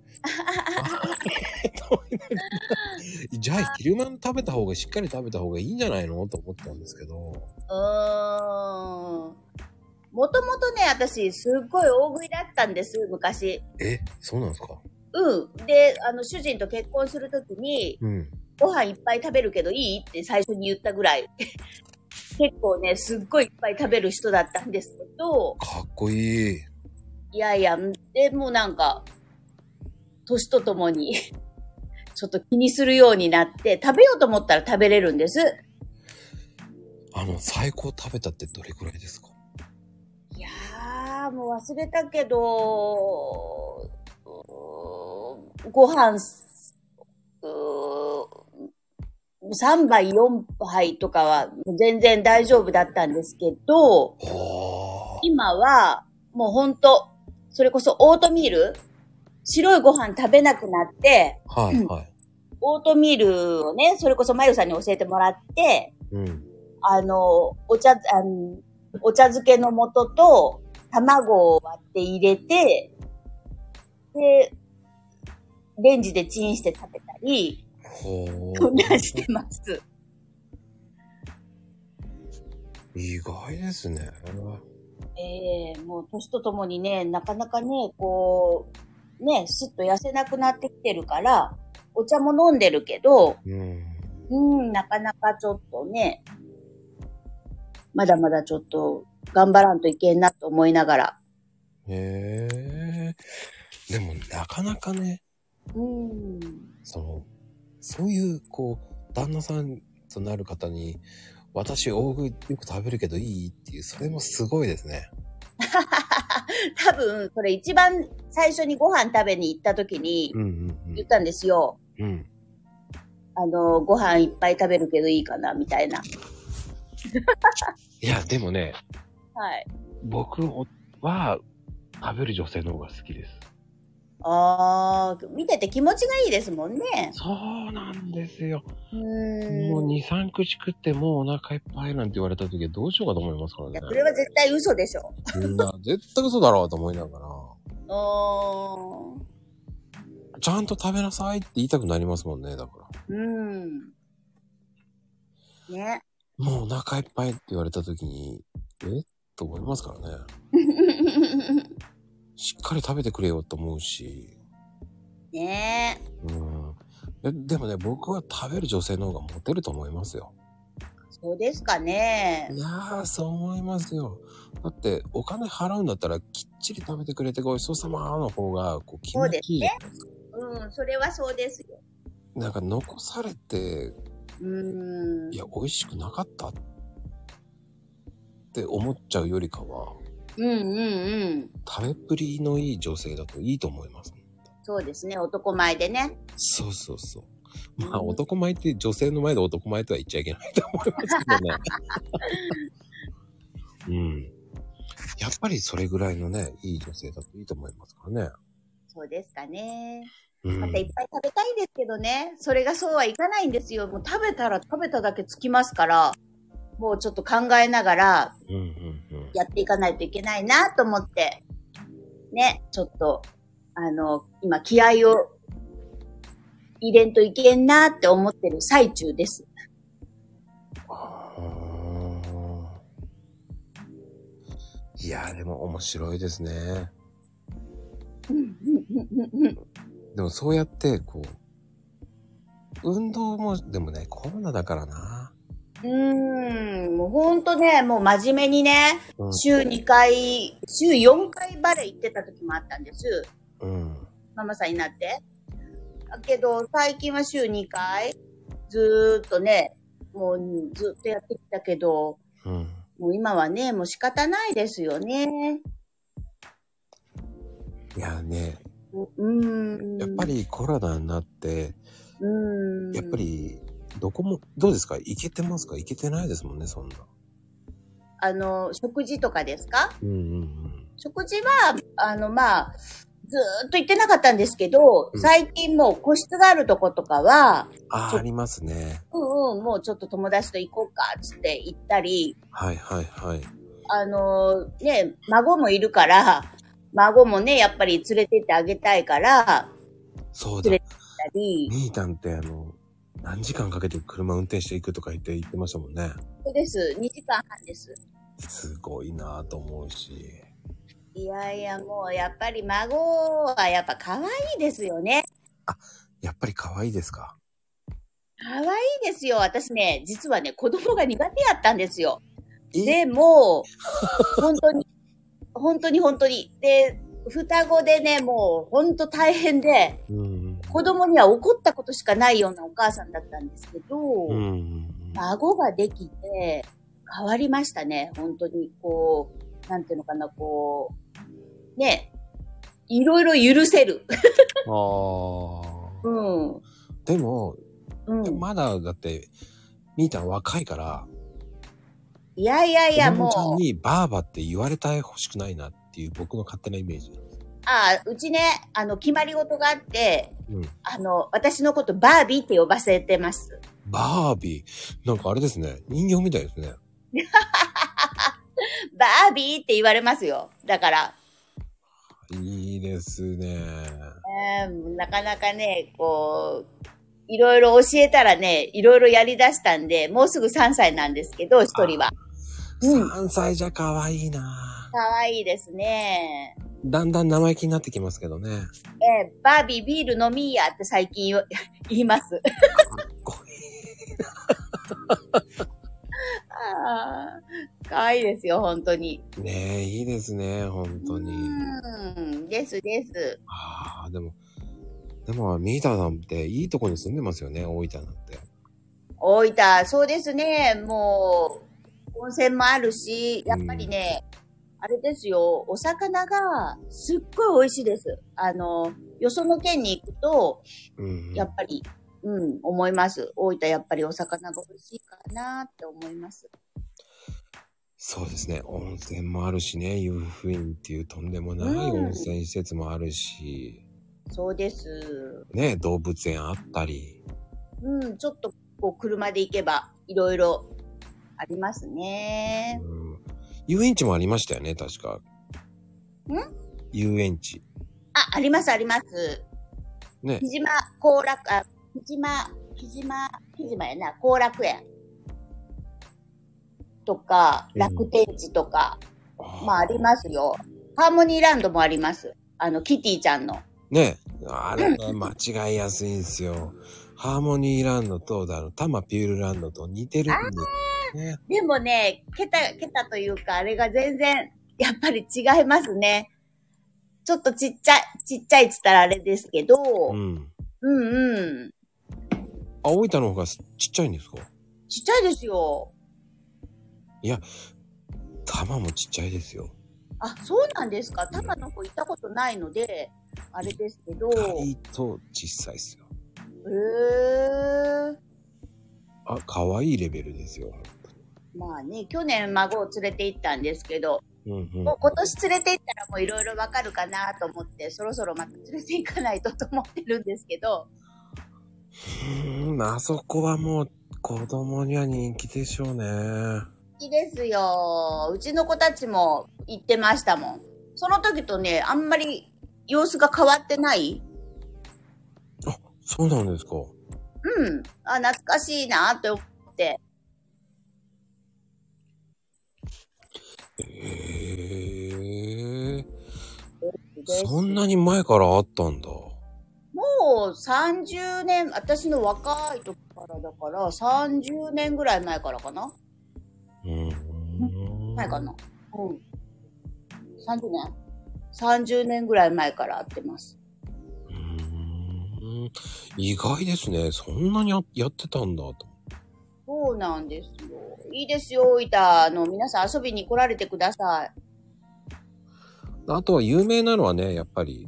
S1: じゃあ昼間食べた方がしっかり食べた方がいいんじゃないのと思ったんですけど。
S2: うーん。もともとね、私、すっごい大食いだったんです、昔。
S1: え、そうなんですか
S2: うん。で、あの、主人と結婚するときに、
S1: うん。
S2: ご飯いっぱい食べるけどいいって最初に言ったぐらい。 結構ね、すっごいいっぱい食べる人だったんですけど、
S1: かっこいい。
S2: いやいや、でもなんか、年とともに、 ちょっと気にするようになって、食べようと思ったら食べれるんです。
S1: あの、最高食べたってどれくらいですか
S2: いやー、もう忘れたけど、うーんご飯す、3杯、4杯とかは全然大丈夫だったんですけど、
S1: おー。
S2: 今はもうほんと、それこそオートミール白いご飯食べなくなって、
S1: はいはい。
S2: オートミールをね、それこそまゆさんに教えてもらって、
S1: うん。
S2: あの、お茶、あのお茶漬けの素と卵を割って入れて、で、レンジでチンして食べたり、
S1: ほ
S2: そんな
S1: ー。
S2: してます。
S1: 意外ですね。
S2: ええもう年とともにね、なかなかね、こう、ね、すっと痩せなくなってきてるから、お茶も飲んでるけど、
S1: うん。
S2: うん、なかなかちょっとね、まだまだちょっと頑張らんといけんなと思いながら。
S1: へえ。でもなかなかね、
S2: うん。
S1: その、そういう、こう、旦那さんとなる方に、私大食いよく食べるけどいいっていう、それもすごいですね。
S2: 多分、それ一番最初にご飯食べに行った時に
S1: うん
S2: 言ったんですよ。
S1: うんうん。うん。
S2: あの、ご飯いっぱい食べるけどいいかな、みたいな。
S1: いや、でもね、
S2: はい。
S1: 僕は、食べる女性の方が好きです。
S2: あー、見てて気持ちがいいですもんね。
S1: そうなんですよ。
S2: う。
S1: もうん
S2: い
S1: 2、3口食ってもうお腹いっぱいなんて言われた時はどうしようかと思いますからね
S2: や、。これは絶対嘘でしょ。
S1: みんな、絶対嘘だろうと思いながら、
S2: おー。
S1: ちゃんと食べなさいって言いたくなりますもんね、だから。
S2: うん。ね。
S1: もうお腹いっぱいって言われた時に、えと思いますからね。しっかり食べてくれよと思うし。
S2: ねえ。
S1: うん。えでもね、僕は食べる女性の方がモテると思いますよ。
S2: そうですかね。
S1: いやー、そう思いますよ。だって、お金払うんだったら、きっちり食べてくれてごちそうさまの方が、こう、気持ちいいじゃないですか。
S2: うん、それはそうですよ。
S1: なんか残されて、
S2: うーん。
S1: いや、美味しくなかったって思っちゃうよりかは、
S2: うんうんうん。
S1: 食べっぷりのいい女性だといいと思います。
S2: そうですね、男前でね。
S1: そうそうそう。まあ、
S2: うん
S1: 男前って女性の前で男前とは言っちゃいけないと思いますけどね。うん。やっぱりそれぐらいのね、いい女性だといいと思いますからね。
S2: そうですかね。
S1: う
S2: ま
S1: ん
S2: たいっぱい食べたいんですけどね。それがそうはいかないんですよ。もう食べたら食べただけつきますから、もうちょっと考えながら
S1: うんうんうん。
S2: やっていかないといけないなと思って、ね、ちょっと、あの、今気合を入れんといけんなって思ってる最中です。
S1: あーいやー、でも面白いですね。
S2: うんうんうんうんうん
S1: でもそうやって、こう、運動も、でもね、コロナだからな。
S2: うーん、もうほんとね、もう真面目にね、
S1: うん。
S2: 週2回、週4回バレエ行ってた時もあったんです。
S1: うん。
S2: ママさんになって。だけど、最近は週2回、ずーっとね、もうずっとやってきたけど、
S1: うん。
S2: もう今はね、もう仕方ないですよね。
S1: いやね、
S2: うん。
S1: やっぱ、りコロナになって、
S2: うん。
S1: やっぱ、り、どこも、どうですか行けてますか行けてないですもんね、そんな。
S2: あの、食事とかですか
S1: うんうんうん。
S2: 食事は、あの、まあ、ずーっと行ってなかったんですけど、
S1: うん
S2: 最近もう個室があるとことかは、
S1: あ
S2: ち
S1: あ、
S2: ょ
S1: ありますね。
S2: うんうん、もうちょっと友達と行こうか、つって行ったり、
S1: はいはいはい。
S2: あのーね、孫もいるから、孫もね、やっぱり連れてってあげたいから、
S1: そうだ
S2: 連れ。て行ったり、
S1: 兄さんってあの、何時間かけて車運転していくとか言って言ってましたもんね。
S2: そうです。2時間半です。
S1: すごいなぁと思うし。
S2: いやいや、もうやっぱり孫はやっぱ可愛いですよね。
S1: やっぱり可愛いですか
S2: 可愛いですよ。私ね、実はね、子供が苦手やったんですよ。
S1: え
S2: でも、本当に、本当に本当に。で、双子でね、もう本当大変で、
S1: うん。
S2: 子供には怒ったことしかないようなお母さんだったんですけど、
S1: うんうん。
S2: 孫ができて、変わりましたね。本当に、こう、なんていうのかな、こう、ね、いろいろ許せる。
S1: ああ。
S2: うん。
S1: でも、
S2: うん。
S1: まだだって、兄さん若いから、
S2: いやいやいや、
S1: 子供ちゃん
S2: もう、
S1: にばあばって言われたいほしくないなっていう僕の勝手なイメージ。
S2: ああ、うちね、あの、決まり事があって、
S1: うん。
S2: あの、私のことバービーって呼ばせてます。
S1: バービー。なんかあれですね。人形みたいですね。
S2: バービーって言われますよ。だから、
S1: いいですね。
S2: えーなかなかね、こう、いろいろ教えたらね、いろいろやり出したんで、もうすぐ3歳なんですけど、一人は。うん。
S1: 3歳じゃ可愛いな
S2: かわいいですね。
S1: だんだん生意気になってきますけどね。
S2: えーバービービール飲みやって最近よ言います。
S1: こ
S2: ああ、かわいいですよ、本当に。
S1: ねえ、いいですね。本当に。
S2: うん、ですです。
S1: ああ、でも、でも、ミーターさんっていいとこに住んでますよね、大分なんて。
S2: 大分、そうですね。もう、温泉もあるし、やっぱりね、あれですよ、お魚がすっごい美味しいです。あの、よその県に行くと、
S1: うん、うん。
S2: やっぱり、うん、思います。大分、やっぱりお魚が美味しいかなって思います。
S1: そうですね。温泉もあるしね、湯布院っていうとんでもない
S2: うん
S1: 温泉施設もあるし、
S2: そうです。
S1: ね、動物園あったり。
S2: うん、ちょっと、こう、車で行けば、いろいろありますね。
S1: うん、遊園地もありましたよね、確か。
S2: ん
S1: 遊園地。
S2: あ、あります、あります。
S1: ね
S2: 木。島後楽、あ、木島、木島、木島やな、後楽園。とか、
S1: うん
S2: 楽天地とか、まああり
S1: す。
S2: ますよ。ハーモニーランドもあります。あの、キティちゃんの。
S1: ね。あれね、間違いやすいんですよ。ハーモニーランドと、だろ、タマピュールランドと似てるんですね。
S2: でもね、ケタ、ケタというか、あれが全然、やっぱり違いますね。ちょっとちっちゃい、ちっちゃいって言ったらあれですけど、
S1: うん。
S2: うんうん。
S1: あ、大分の方がちっちゃいんですか
S2: ちっちゃいですよ。
S1: 玉もちっちゃいですよ。
S2: あ、そうなんですか。多摩の子行ったことないので、あれですけど。
S1: 割と小さいですよ。
S2: へえ。
S1: あ、可愛いレベルですよ。
S2: まあね、去年孫を連れて行ったんですけど、
S1: うんうん
S2: もう今年連れて行ったらもういろいろわかるかなと思って、そろそろまた連れて行かないとと思ってるんですけど、
S1: うーん、あそこはもう子供には人気でしょうね。
S2: いいですよ。うちの子たちも行ってましたもん。その時とね、あんまり様子が変わってない
S1: そうなんですか。
S2: うん。あ、懐かしいなって思って。
S1: へえ。そんなに前からあったんだ。
S2: もう30年、私の若い時からだから、30年ぐらい前からかな
S1: うーん。
S2: 前かな。うん。30年 ?30 年ぐらい前から会ってます。
S1: うーん。意外ですね。そんなにややってたんだと。
S2: そうなんですよ。いいですよ、大分。あの、皆さん遊びに来られてください。
S1: あとは有名なのはね、やっぱり、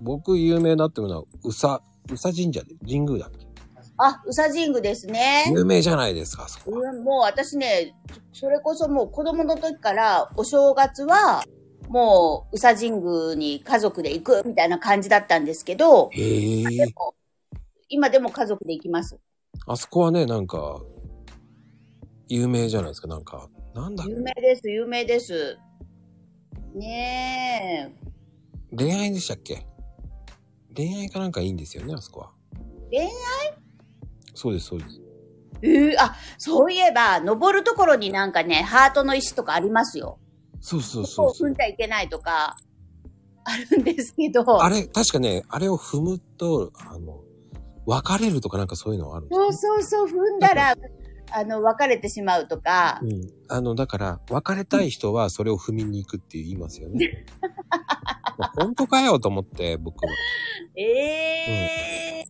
S1: 僕有名だっていうのは、宇佐、宇佐神社で、神宮だっけ
S2: あ、宇佐神宮ですね。
S1: 有名じゃないですか、そこ
S2: う
S1: は。
S2: んもう私ね、それこそもう子供の時からお正月はもう宇佐神宮に家族で行くみたいな感じだったんですけど、
S1: へえ。
S2: 今でも家族で行きます。
S1: あそこはね、なんか、有名じゃないですか、なんか。なんだっけ
S2: 有名です、有名です。ねえ。
S1: 恋愛でしたっけ恋愛かなんかいいんですよね、あそこは。
S2: 恋愛
S1: そうです、そうです。
S2: えー、あ、そういえば、登るところになんかね、ハートの石とかありますよ。
S1: そうそう
S2: こ
S1: そう
S2: こ
S1: そ
S2: を
S1: う
S2: 踏。
S1: ん
S2: じゃいけないとか、あるんですけど。
S1: あれ、確かね、あれを踏むと、あの、別れるとかなんかそういうのあるんです
S2: そ
S1: よ
S2: う
S1: ね
S2: そうそう、踏んだら、あの、別れてしまうとか。
S1: うん。あの、だから、別れたい人はそれを踏みに行くって言いますよね。まあ本当かよと思って、僕は。
S2: ええ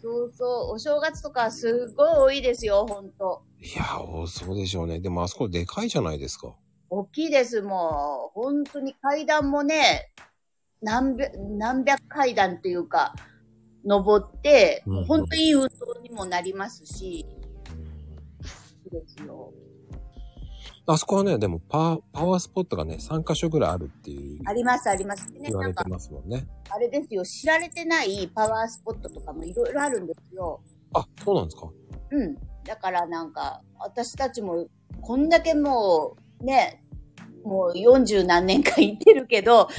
S2: そうそう、お正月とかすっごい多いですよ、ほんと。
S1: いや、おそうでしょうね。でもあそこでかいじゃないですか。
S2: 大きいです、もう。本当に階段もね、何百、何百階段というか、登って、
S1: うん
S2: 本当にいい運動にもなりますし、いいですよ。
S1: あそこはね、でもパパワースポットがね、3カ所ぐらいあるっていう
S2: あります、あります。ね、
S1: 言わ
S2: な
S1: れ
S2: ん
S1: て
S2: か、
S1: ますもんね。
S2: あれですよ、知られてないパワースポットとかもいろいろあるんですよ。
S1: あ、そうなんですか。
S2: うん。だからなんか、私たちも、こんだけもう、ね、もう40何年か行ってるけど、こ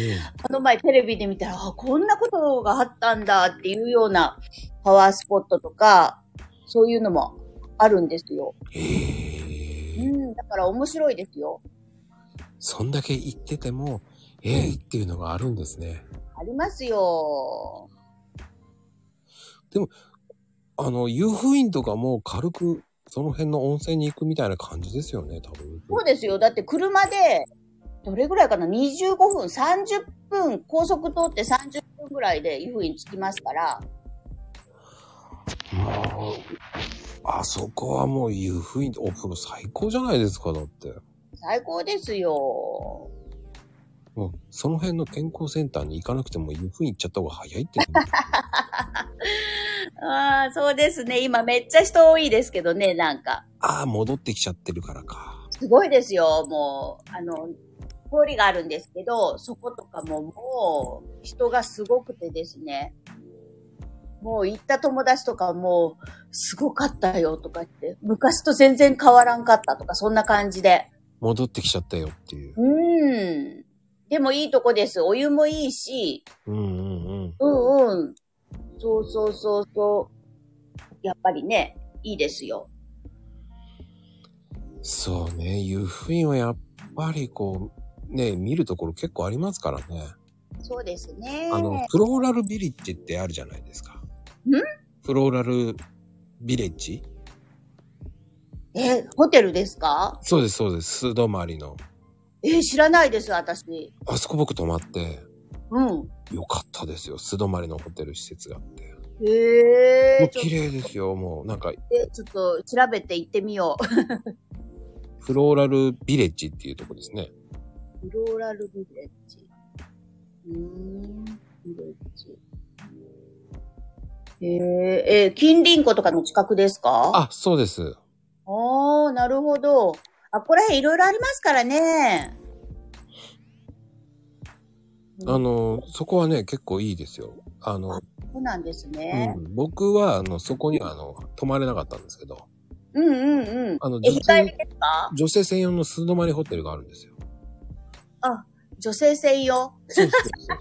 S2: の前テレビで見たら、あ、こんなことがあったんだっていうようなパワースポットとか、そういうのもあるんですよ。
S1: へ
S2: う
S1: え。
S2: ん。だから面白いですよ。
S1: そんだけ行ってても、ええっていうのがあるんですね。
S2: ありますよ。
S1: あの、遊夫院とかも軽く、その辺の温泉に行くみたいな感じですよね、多分。
S2: そうですよ。だって車で、どれぐらいかな ?25 分、30分、高速通って30分ぐらいで湯布院着きますから。
S1: もうあそこはもう湯布院、お風呂最高じゃないですか、だって。
S2: 最高ですよ。
S1: もう、その辺の健康センターに行かなくても湯布院行っちゃった方が早い って。
S2: ああ、そうですね。今めっちゃ人多いですけどね、なんか。
S1: ああ、戻ってきちゃってるからか。
S2: すごいですよ、もう。あの、通りがあるんですけど、そことかももう、人がすごくてですね。もう行った友達とかもう、すごかったよとか言って、昔と全然変わらんかったとか、そんな感じで。
S1: 戻ってきちゃったよっていう。
S2: うん。でもいいとこです。お湯もいいし、
S1: うんうんうん。
S2: うんうん。そうそうそうそう。やっぱりね、いいですよ。
S1: そうね、湯布院はやっぱりこう、ね、見るところ結構ありますからね。
S2: そうですね。
S1: あの、フローラルビレッジってあるじゃないですか。フローラルビレッジ
S2: え、ホテルですか
S1: そうです、そうです。素泊まりの。
S2: え、知らないです、私。
S1: あそこ僕泊まって、
S2: うん。
S1: よかったですよ。素泊まりのホテル施設があって。
S2: へ
S1: も
S2: え
S1: う。綺麗ですよ。もうなんか、
S2: えちょっと調べて行ってみよう。
S1: フローラルビレッジっていうとこですね。
S2: フローラルビレッジ。うーん、ビレッジ。へえ、え、近隣湖とかの近くですか
S1: あ、そうです。
S2: ああ、なるほど。あ、これいろいろありますからね。
S1: あ、の、そこはね、結構いいですよ。あの、
S2: そうなんです
S1: う
S2: ね。
S1: ん、僕は、あの、そこには、あの、泊まれなかったんですけど、
S2: うん、うん、うん。
S1: あの
S2: え、
S1: 女性
S2: 控えめですか
S1: 女性専用の素泊まりホテルがあるんですよ。
S2: あ、女性専用。
S1: そうそうそう。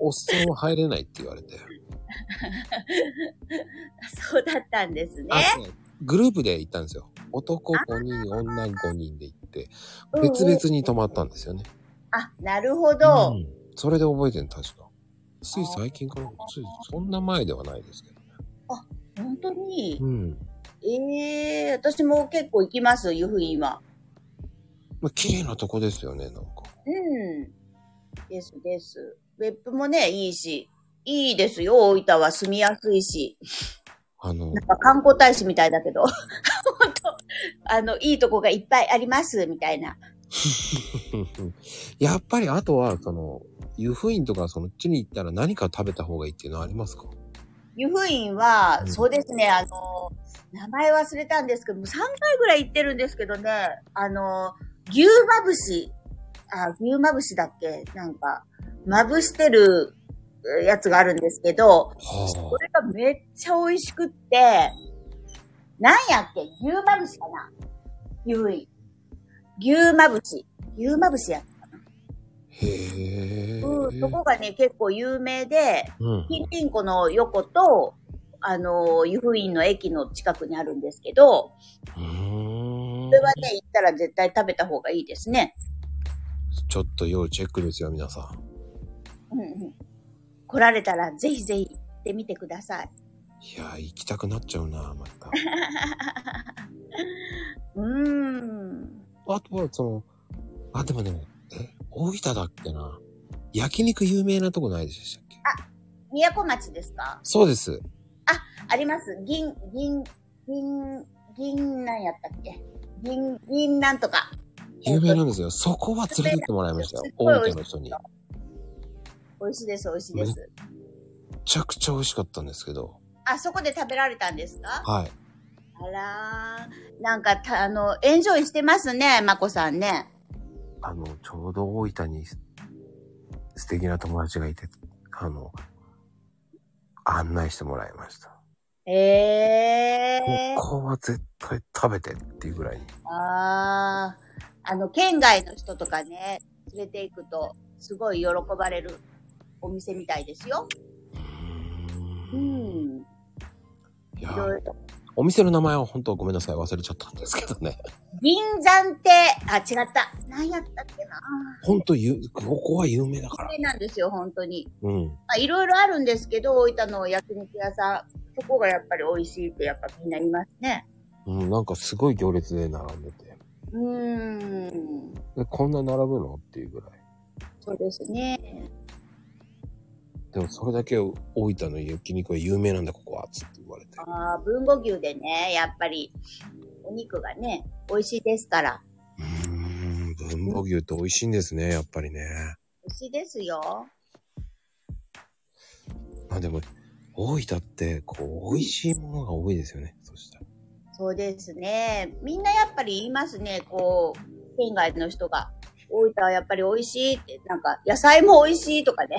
S1: おっさんは入れないって言われて。
S2: そうだったんですね。
S1: あそうグループで行ったんですよ。男5人、女5人で行って、
S2: うんうん
S1: 別々に泊まったんですよね。
S2: あ、なるほど。
S1: んそれで覚えてるの、確か。つい最近から、ついそんな前ではないですけどね。
S2: 本当に。
S1: うん。
S2: ええ私も結構行きます、湯布院は。
S1: まあ、綺麗なとこですよね、なんか。
S2: うん。ですです。別府もね、いいし。いいですよ、大分は住みやすいし。
S1: あの、
S2: なんか観光大使みたいだけど、 本当あの、いいとこがいっぱいあります、みたいな。
S1: やっぱりあとは、その、湯布院とかそっちに行ったら何か食べた方がいいっていうのはありますか
S2: 湯布院は、
S1: うん
S2: そうですね、あの、名前忘れたんですけど、もう3回ぐらい行ってるんですけどね、あの、牛まぶし、あ、牛まぶしだっけなんか、まぶしてるえーやつがあるんですけど、こ
S1: は
S2: れがめっちゃ美味しくって、なんやっけ牛まぶしかな湯布院。牛まぶし。牛まぶしや。
S1: あ。へえ。
S2: うん、そこがね、結構有名で、
S1: うん。
S2: ピンピンコの横と、あの、湯布院の駅の近くにあるんですけど、
S1: うーん
S2: それはね、行ったら絶対食べた方がいいですね。
S1: ちょっと要チェックですよ、皆さん。
S2: うんうん。来られたらぜひぜひ行ってみてください。
S1: いや、行きたくなっちゃうな、また。
S2: うーん。
S1: あとは、その、あ、でもね、え、大分だっけな。焼肉有名なとこないでしたっけ
S2: 宮古町ですか
S1: そうです。
S2: あります銀、銀、銀、銀なんやったっけ銀、銀なんとか。
S1: 有名なんですよ。そこは連れてってもらいましたよ。大分の人に。め
S2: 美味しいです、美味しいです。
S1: ちゃくちゃ美味しかったんですけど。
S2: あ、そこで食べられたんですか
S1: はい。
S2: あらー。なんか、た、あの、エンジョイしてますね、まこさんね。
S1: あの、ちょうど大分にす素敵な友達がいて、あの、案内してもらいました。
S2: ええ
S1: ここは絶対食べてっていうぐらいに。
S2: ああ。あの、県外の人とかね、連れて行くと、すごい喜ばれるお店みたいですよ。
S1: う
S2: う
S1: ーん
S2: ん。
S1: い
S2: い
S1: や、
S2: ろいろ。
S1: お店の名前は本当ごめんなさい。忘れちゃったんですけどね。
S2: 銀山亭、あ、違った。何やったっけな。
S1: 本当ゆ、ここは有名だから。
S2: 有名なんですよ、本当に。
S1: うん。
S2: まあ、いろいろあるんですけど、大分の焼肉屋さん、そこがやっぱり美味しいって、やっぱみんな言いますね。
S1: うん、なんかすごい行列で並んでて。
S2: うーん。
S1: でこんな並ぶのっていうぐらい。
S2: そうですね。
S1: でもそれだけ大分の焼肉は有名なんだ、ここは。つって言われて。
S2: ああ、豊後牛でね、やっぱり、お肉がね、美味しいですから。
S1: うーん、文房牛って美味しいんですね、やっぱりね。
S2: 美味しいですよ。
S1: まあでも、大分って、こう、美味しいものが多いですよね。そしたら。
S2: そうですね。みんなやっぱり言いますね、こう、県外の人が。大分はやっぱり美味しいって、なんか、野菜も美味しいとかね。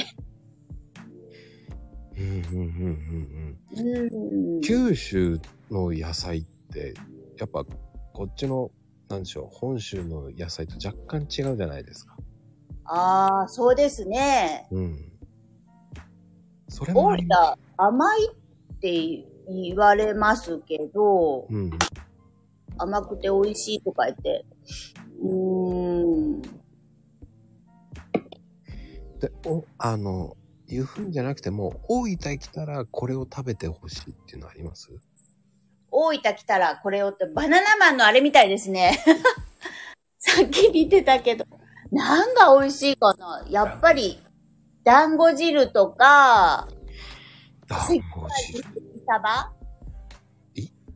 S1: うん、うん、うん、うん、
S2: うん
S1: うん。。九州の野菜って、やっぱ、こっちの、なんでしょう、本州の野菜と若干違うじゃないですか。
S2: ああ、そうですね。
S1: うん。それもあ
S2: 大
S1: り
S2: 分
S1: ます。、
S2: 甘いって言われますけど、
S1: うん。
S2: 甘くて美味しいとか言って。うーん。
S1: で、お、あの、いうふうんじゃなくても、大分来たらこれを食べてほしいっていうのあります
S2: 大分来たらこれをって、バナナマンのあれみたいですね。 さっき見てたけど。何が美味しいかなやっぱり、団子汁と
S1: あ、
S2: か、はい
S1: もうし、
S2: 関サバ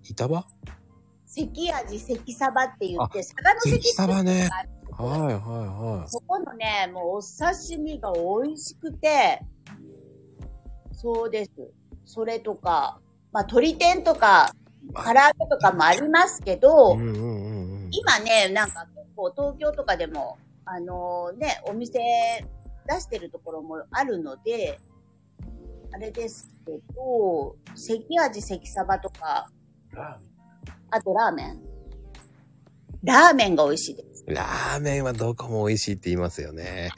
S1: 板場
S2: 関味関サバって言って、サバの関
S1: 関サバね。はいはいはい。
S2: そこのね、もうお刺身が美味しくて、そうです。それとか、まあ、鶏天とか、唐揚げとかもありますけど、
S1: うんうんうんうん。
S2: 今ね、なんか結構東京とかでも、あのね、お店出してるところもあるので、あれですけど、関味関サバとか、あとラーメン。ラーメンが美味しいです。
S1: ラーメンはどこも美味しいって言いますよ ね。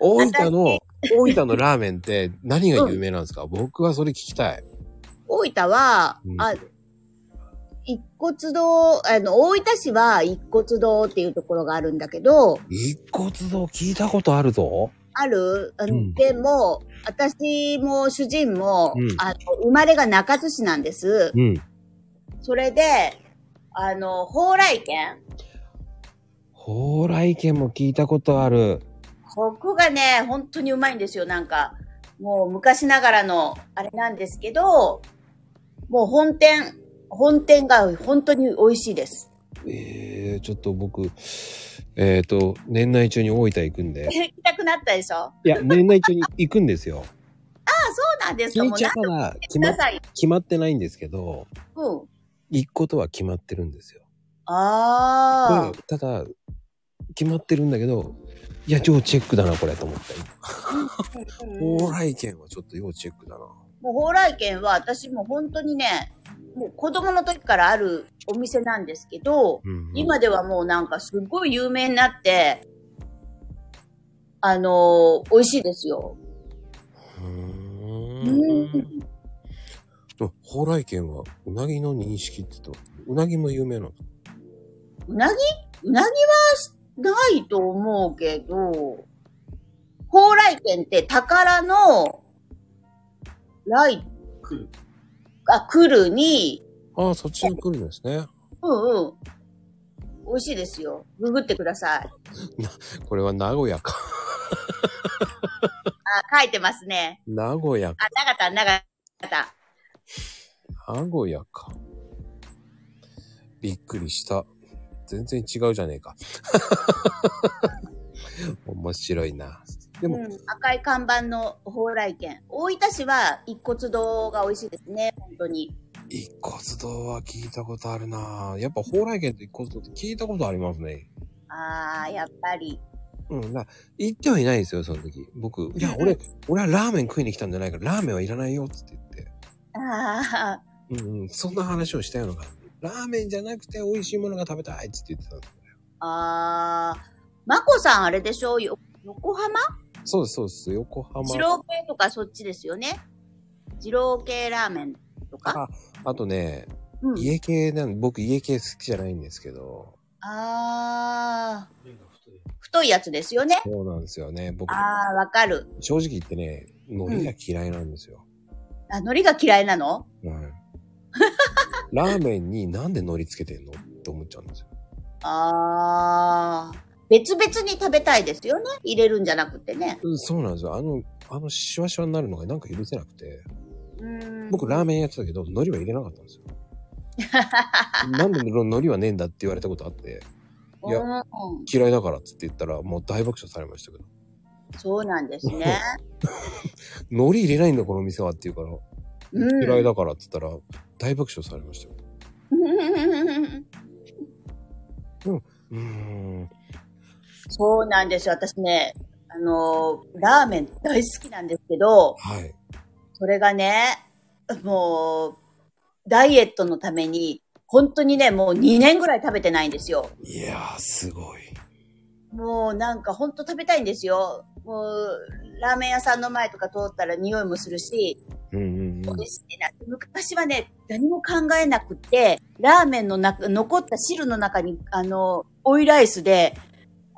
S1: 大分の、大分のラーメンって何が有名なんですか、僕はそれ聞きたい。
S2: 大分は、
S1: うん
S2: あ、一骨堂、あの、大分市は一骨堂っていうところがあるんだけど、
S1: 一骨堂聞いたことあるぞ。
S2: ある、あの
S1: うん
S2: でも、私も主人も、
S1: うん
S2: あの、生まれが中津市なんです。
S1: うん。
S2: それで、あの、蓬莱県
S1: 蓬莱県も聞いたことある。
S2: ここがね、本当にうまいんですよ、なんか。もう昔ながらのあれなんですけど、もう本店、本店が本当に美味しいです。
S1: えー、ちょっと僕、えっ、と、年内中に大分行くんで。
S2: 行きたくなったでしょそ
S1: い や、年内中に行くんですよ。
S2: うなんですか
S1: 聞い
S2: もう
S1: ちゃ
S2: 何
S1: っ
S2: 度
S1: た
S2: も
S1: ら
S2: 言って
S1: 決
S2: く
S1: ま
S2: ださい。
S1: 決まってないんですけど、
S2: うん。
S1: 行くことは決まってるんですよ。
S2: あ
S1: ただ、決まってるんだけど、いや、要チェックだな、これ、と思った。
S2: あ。うん
S1: 往来券はちょっと要チェックだな。
S2: もう蓬莱軒は私もう本当にね、もう子供の時からあるお店なんですけど、
S1: うんうん、
S2: 今ではもうなんかすごい有名になって、あのー美味しいですよ。
S1: うー
S2: うん
S1: ん。と蓬莱券はうなぎの認識ってと、うなぎも有名なの。
S2: うなぎうなぎはないと思うけど、蓬莱軒って宝の、ライ、あ、来るに、
S1: ああ、そっちに来るんですね。
S2: うんうん。美味しいですよ。ググってください。
S1: これは名古屋か。
S2: あ、書いてますね。
S1: 名古屋か。
S2: あ、なかった、なかった。
S1: 名古屋か。びっくりした。全然違うじゃねえか。 面白いな。で
S2: う
S1: も、
S2: ん、赤い看板の蓬莱軒。大分市は一骨堂が美味しいですね。本当に。
S1: 一骨堂は聞いたことあるなやっぱ蓬莱軒と一骨堂って聞いたことありますね。
S2: あー、やっぱり。
S1: うん。な行ってはいないですよ、その時。僕、いや、
S2: うんうん
S1: 俺、俺はラーメン食いに来たんじゃないから、ラーメンはいらないよ、つって
S2: あ
S1: 言って。うんうん。そんな話をしたような感じ。ラーメンじゃなくて美味しいものが食べたい、つって言ってたんですよね。
S2: ー、あー。まこさんあれでしょよ横浜
S1: そうです、そうです。横浜。
S2: 二郎系とかそっちですよね。二郎系ラーメンとか。
S1: あ、あとね、
S2: うん。
S1: 家系なん、僕家系好きじゃないんですけど、
S2: あー。太いやつですよね。
S1: そうなんですよね。僕、
S2: あー、わかる。
S1: 正直言ってね、海苔が嫌いなんですよ。
S2: あ、海苔が嫌いなの
S1: はい。ラーメンになんで海苔つけてんのって思っちゃうんですよ。
S2: あー。別々に食べたいですよね。入れるんじゃなくてね。
S1: うんそうなんですよ。あの、あの、シワシワになるのがなんか許せなくて、
S2: うん
S1: 僕ラーメンやってたけど、海苔は入れなかったんですよ。なんで海苔はねえんだって言われたことあって、いや
S2: うん、
S1: 嫌いだからっつって言ったら、もう大爆笑されましたけど、
S2: そうなんですね。
S1: 海苔入れないんだこの店はって言うから、
S2: うん、
S1: 嫌いだからっつったら、大爆笑されましたよ。うーん。
S2: そうなんですよ。私ね、あのーラーメン大好きなんですけど、
S1: はい。
S2: それがね、もう、ダイエットのために、本当にね、もう2年ぐらい食べてないんですよ。
S1: いやー、すごい。
S2: もうなんか本当食べたいんですよ。もう、ラーメン屋さんの前とか通ったら匂いもするし、
S1: うんうんうん
S2: 美味しいな。昔はね、何も考えなくって、ラーメンの中、残った汁の中に、あの、オイライスで、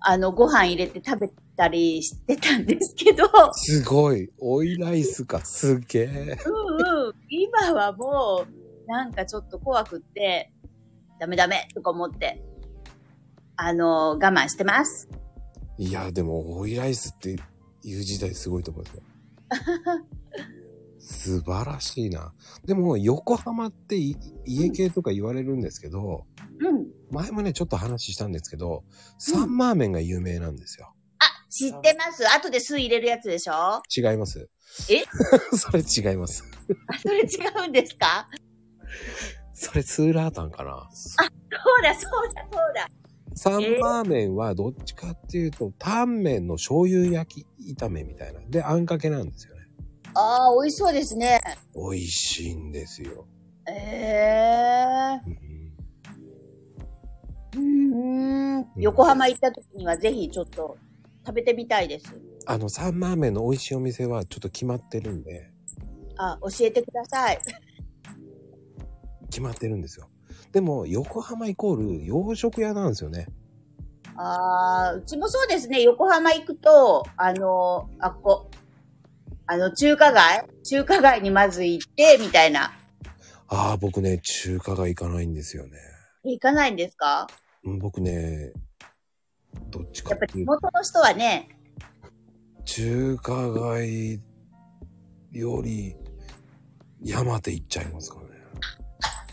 S2: あの、ご飯入れて食べたりしてたんですけ ど、う
S1: すごい。オイライスか、すげえ。
S2: んうん、今はもう、なんかちょっと怖くって、ダメダメとか思って、あの、我慢してます。
S1: いや、でも、オイライスっていう時代すごいと思いますよ。 素晴らしいな。でも、横浜ってい家系とか言われるんですけど、
S2: うん。
S1: 前もね、ちょっと話したんですけど、サンマーメンが有名なんですよ。
S2: あ、知ってます。後で酢入れるやつでしょあ、
S1: 違います。
S2: え
S1: それ違います。
S2: それ違うんですか
S1: それツーラータンかな。
S2: そうだ、そうだ、そうだ。
S1: サンマーメンはどっちかっていうと、タンメンの醤油焼き炒めみたいな。で、あんかけなんですよね。
S2: ああ、美味しそうですね。
S1: 美味しいんですよ。
S2: ええ
S1: うん
S2: うん、横浜行った時にはぜひちょっと食べてみたいです。
S1: あの、サンマーメンの美味しいお店はちょっと決まってるんで、
S2: あ、教えてください。
S1: 決まってるんですよ。でも、横浜イコール洋食屋なんですよね。
S2: ああ、うちもそうですね。横浜行くと、あの、あっこ、あの、中華街中華街にまず行って、みたいな。
S1: ああ、僕ね、中華街行かないんですよね。
S2: 行かないんですか
S1: うん僕ね、どっちか
S2: やっぱ
S1: って
S2: 地
S1: いうと、
S2: 元の人はね、
S1: 中華街より、山手行っちゃいますからね。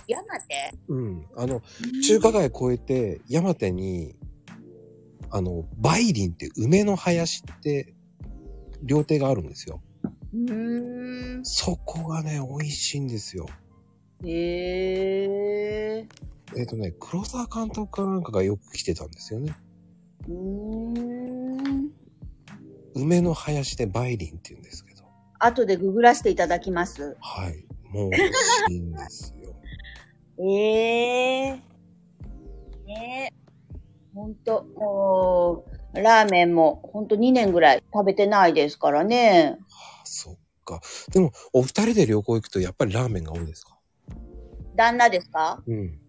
S2: 山手
S1: うん。あの、中華街越えて、山手に、あの、梅林って梅の林って、料亭があるんですよ。
S2: うーん。
S1: そこがね、美味しいんですよ。
S2: へえ。
S1: えっ、とね、黒沢監督かなんかがよく来てたんですよね。
S2: うーん。
S1: 梅の林で梅林って言うんですけど。
S2: 後でググらせていただきます。
S1: はい。もう美味しいんですよ。
S2: ええねえ。ほんと、もう、ラーメンもほんと2年ぐらい食べてないですからね。
S1: あそっか。でも、お二人で旅行行くとやっぱりラーメンが多いですか
S2: 旦那ですか
S1: うん。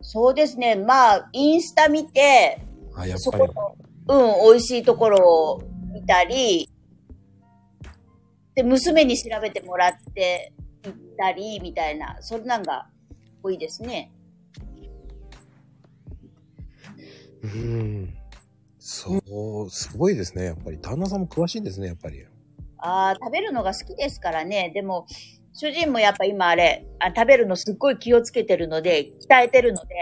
S2: そうですね。まあ、インスタ見て、
S1: あ、やっ
S2: そ
S1: ぱり。
S2: この、うん、美味しいところを見たり、で、娘に調べてもらって行ったり、みたいな、そんなんが多いですね。
S1: うん。そう、すごいですね。やっぱり。旦那さんも詳しいんですね、やっぱり。
S2: ああ、食べるのが好きですからね。でも、主人もやっぱ今あれ、あ食べるのすっごい気をつけてるので、鍛えてるので、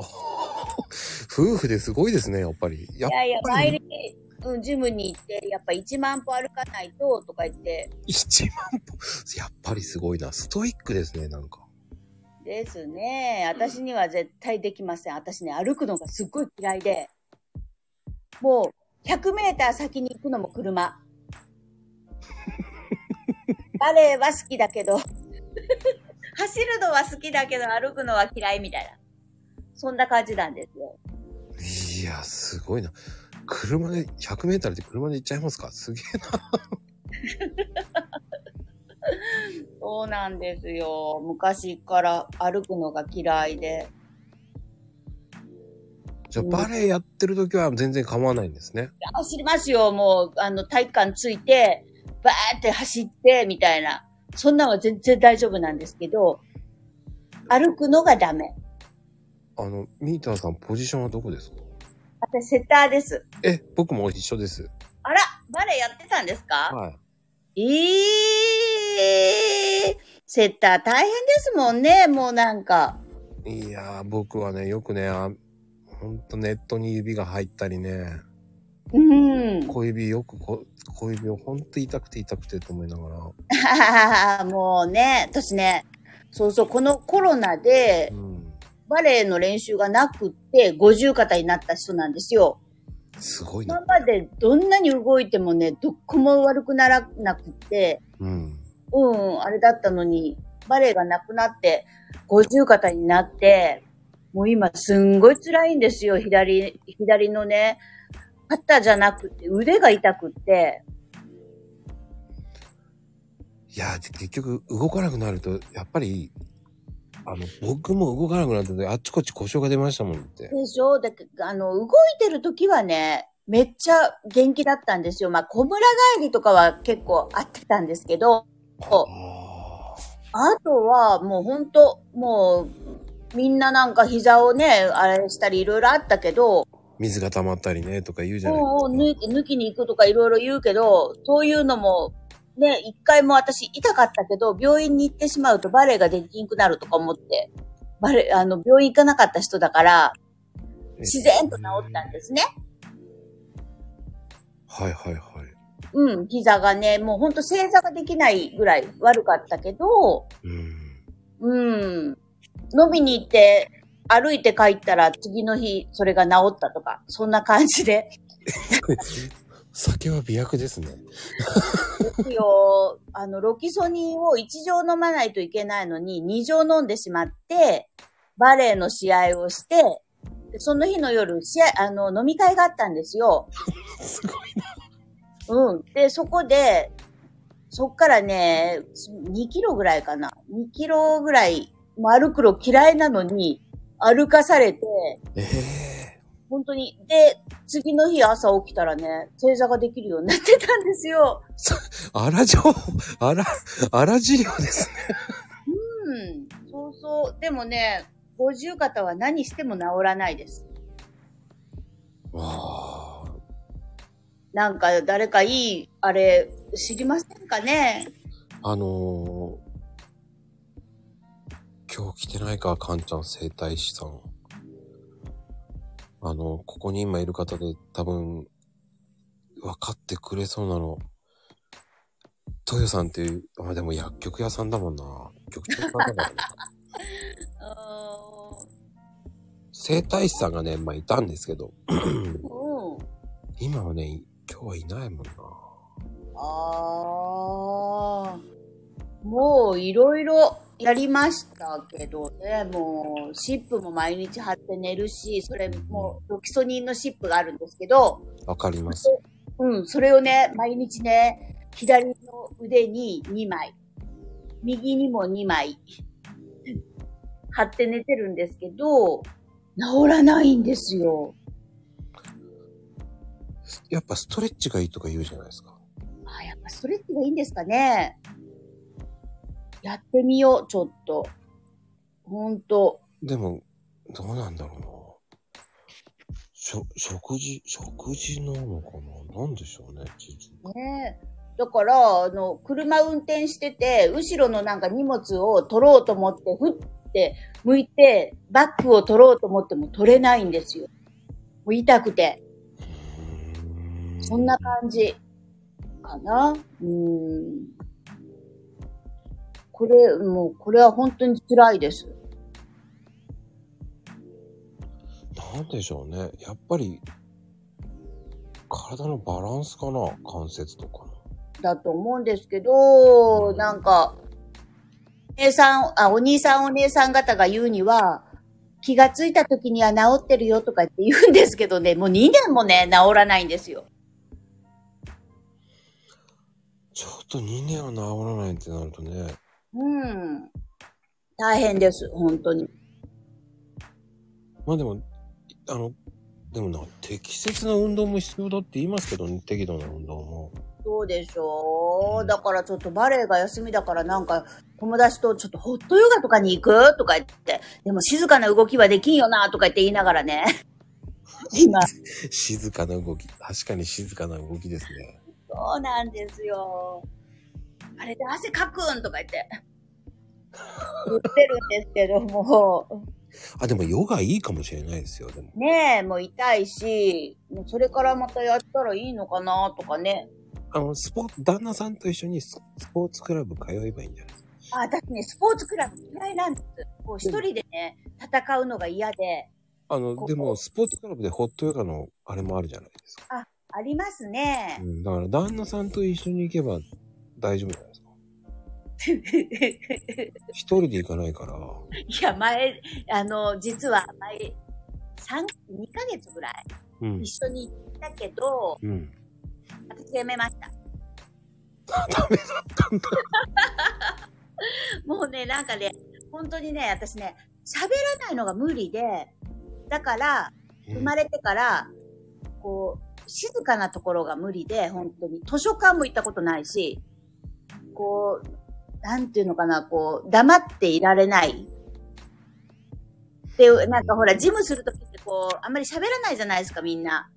S1: 夫婦ですごいですね、やっぱり。や
S2: いやいや、毎日、うん、ジムに行って、やっぱ1万歩歩かないと、とか言って、
S1: 1万歩。やっぱりすごいな。ストイックですね、なんか。
S2: ですね。私には絶対できません。私ね、歩くのがすっごい嫌いで。もう、100メーター先に行くのも 車。バレーは好きだけど、走るのは好きだけど、歩くのは嫌いみたいな。そんな感じなんですよ。
S1: いや、すごいな。車で、100メーターで車で行っちゃいますかすげえな。
S2: そうなんですよ。昔から歩くのが嫌いで。
S1: じゃあ、バレエやってる時は全然構わないんですね。
S2: 走りますよ、もう、あの、体育館ついて、バーって走って、みたいな。そんなんは全然大丈夫なんですけど、歩くのがダメ。
S1: あの、ミーターさん、ポジションはどこですか
S2: 私、セッターです。
S1: え、僕も一緒です。
S2: あら、バレエやってたんですか
S1: はい。
S2: ええー、セッター大変ですもんね、もうなんか。
S1: いやー、僕はね、よくね、あほんとネットに指が入ったりね、
S2: うん。
S1: 小指よくこ、小指をほんと痛くて痛くてと思いながら。
S2: もうね、私ね、そうそう、このコロナで
S1: う、ん。
S2: バレエの練習がなくって、五十肩になった人なんですよ。
S1: すごいな
S2: 今。までどんなに動いてもね、どこも悪くならなくて、
S1: うん。
S2: うん、あれだったのに、バレエがなくなって、五十肩になって、もう今すんごい辛いんですよ、左、左のね、肩じゃなくて、腕が痛くって。
S1: いやー、で結局動かなくなると、やっぱり、あの、僕も動かなくなったので、あっちこっち故障が出ましたもんって。
S2: でしょだけあの、動いてる時はね、めっちゃ元気だったんですよ。まあ、小村帰りとかは結構合ってたんですけど、
S1: あー
S2: あとは、もう本当もう、みんななんか膝をね、あれしたりいろいろあったけど、
S1: 水が溜まったりね、とか言うじゃない
S2: もう
S1: です
S2: 抜き抜きに行くとかいろいろ言うけど、そういうのも、ね、一回も私痛かったけど、病院に行ってしまうとバレエができなくなるとか思って、バレエ、あの、病院行かなかった人だから、
S1: か。。
S2: 自然と治ったんですすね。
S1: はいはいはい。
S2: うん、膝がね、もうほんと正座ができないぐらい悪かったけど、
S1: うん。
S2: うん。飲みに行って、歩いて帰ったら次の日それが治ったとか、そんな感じで。
S1: 酒は美薬ですね。
S2: 僕よ、あの、ロキソニンを1錠飲まないといけないのに2錠飲んでしまって、バレーの試合をして、でその日の夜、試合、あの、飲み会があったんですよ。
S1: すごい。
S2: うん。で、そこで、そっからね、2キロぐらいかな。2キロぐらい、もう歩くの嫌いなのに、歩かされて、
S1: ええ
S2: 本当に。で、次の日朝起きたらね、正座ができるようになってたんですよ。
S1: 荒情報、荒、荒治療ですね。
S2: うん。そうそう。でもね、五十肩は何しても治らないです。
S1: わあ。
S2: なんか誰かいい、あれ、知りませんかね
S1: あのー今日来てないか、かんちゃん整体師さん。あの、ここに今いる方で多分、分かってくれそうなの。トヨさんっていう、あ、でも薬局屋さんだもんな。局長さんだからね整体師さんがね、まあいたんですけど、
S2: うん。
S1: 今はね、今日はいないもんな。
S2: ああ。もういろいろやりましたけどね、もう、シップも毎日貼って寝るし、それもロキソニンのシップがあるんですけど、
S1: わかります。
S2: うん、それをね、毎日ね、左の腕に2枚、右にも2枚、貼って寝てるんですけど、治らないんですよ。
S1: やっぱストレッチがいいとか言うじゃないですか。
S2: あ、やっぱストレッチがいいんですかね。やってみよう、ちょっと。ほんと。
S1: でも、どうなんだろうな。しょ、食事、食事なのかななんでしょうね、事情
S2: ねえだから、あの、車運転してて、後ろのなんか荷物を取ろうと思って、ふって向いて、バッグを取ろうと思っても取れないんですよ。もう痛くて。
S1: うー
S2: そんな感じかな。うーん。これ、もう、これは本当に辛いです。
S1: なんでしょうね。やっぱり、体のバランスかな関節とかの。
S2: だと思うんですけど、なんか、姉さん、あ、お兄さんお姉さん方が言うには、気がついた時には治ってるよとかって言うんですけどね、もう2年もね、治らないんですよ。
S1: ちょっと2年は治らないってなるとね、
S2: うん。大変です、本当に。
S1: まあでも、あの、でもな、適切な運動も必要だって言いますけどね、適度な運動も。
S2: そうでしょう。だからちょっとバレエが休みだからなんか、友達とちょっとホットヨガとかに行くとか言って、でも静かな動きはできんよなとか言って言いながら ね。今。
S1: 静かな動き。確かに静かな動きですね。
S2: そうなんですよ。あれで汗かくんとか言って。言ってるんですけども、
S1: あ、でもヨガいいかもしれないですよ、でも。
S2: ねえ、もう痛いし、もうそれからまたやったらいいのかなとかね。
S1: あの、スポーツ、旦那さんと一緒にススポーツクラブ通えばいいんじゃないですか。
S2: あ、私ね、スポーツクラブ嫌いなんです。こう一人でね、戦うのが嫌で、
S1: あの、
S2: ここ
S1: でも、スポーツクラブでホットヨガのあれもあるじゃないですか。
S2: ありますね
S1: う。ん、だから旦那さんと一緒に行けば大丈夫じゃないですか。 一人で行かないから、
S2: いや、前、あの、実は前、3、2ヶ月ぐらい
S1: うん。
S2: 一緒に行ったけど、
S1: うん。
S2: 私やめました。
S1: ダメだったんだ。
S2: もうね、なんかね、本当にね、私ね、喋らないのが無理で、だから、生まれてから、こう、静かなところが無理で、本当に。図書館も行ったことないし、こう、なんていうのかな、こう、黙っていられない。で、なんかほら、ジムするときってこう、あんまり喋らないじゃないですか、みんな。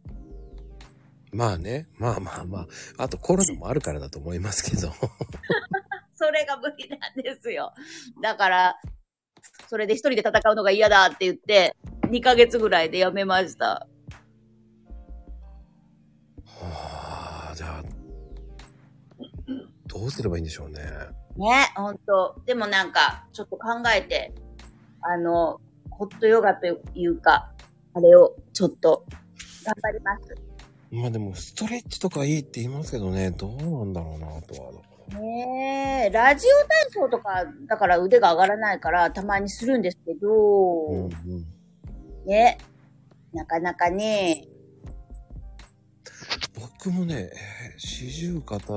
S1: まあね、まあまあまあ。あとコロナもあるからだと思いますけど。
S2: それが無理なんですよ。だから、それで一人で戦うのが嫌だって言って、2ヶ月ぐらいでやめました。
S1: はあ、じゃあ、どうすればいいんでしょうね。
S2: ね、ほんと。でもなんか、ちょっと考えて、あの、ホットヨガというか、あれをちょっと頑張ります。
S1: まあでも、ストレッチとかいいって言いますけどね、どうなんだろうな、とは。
S2: ねえ、ラジオ体操とか、だから腕が上がらないからたまにするんですけど、
S1: うんうん。
S2: ね、なかなかね、
S1: 僕もね、えー四十肩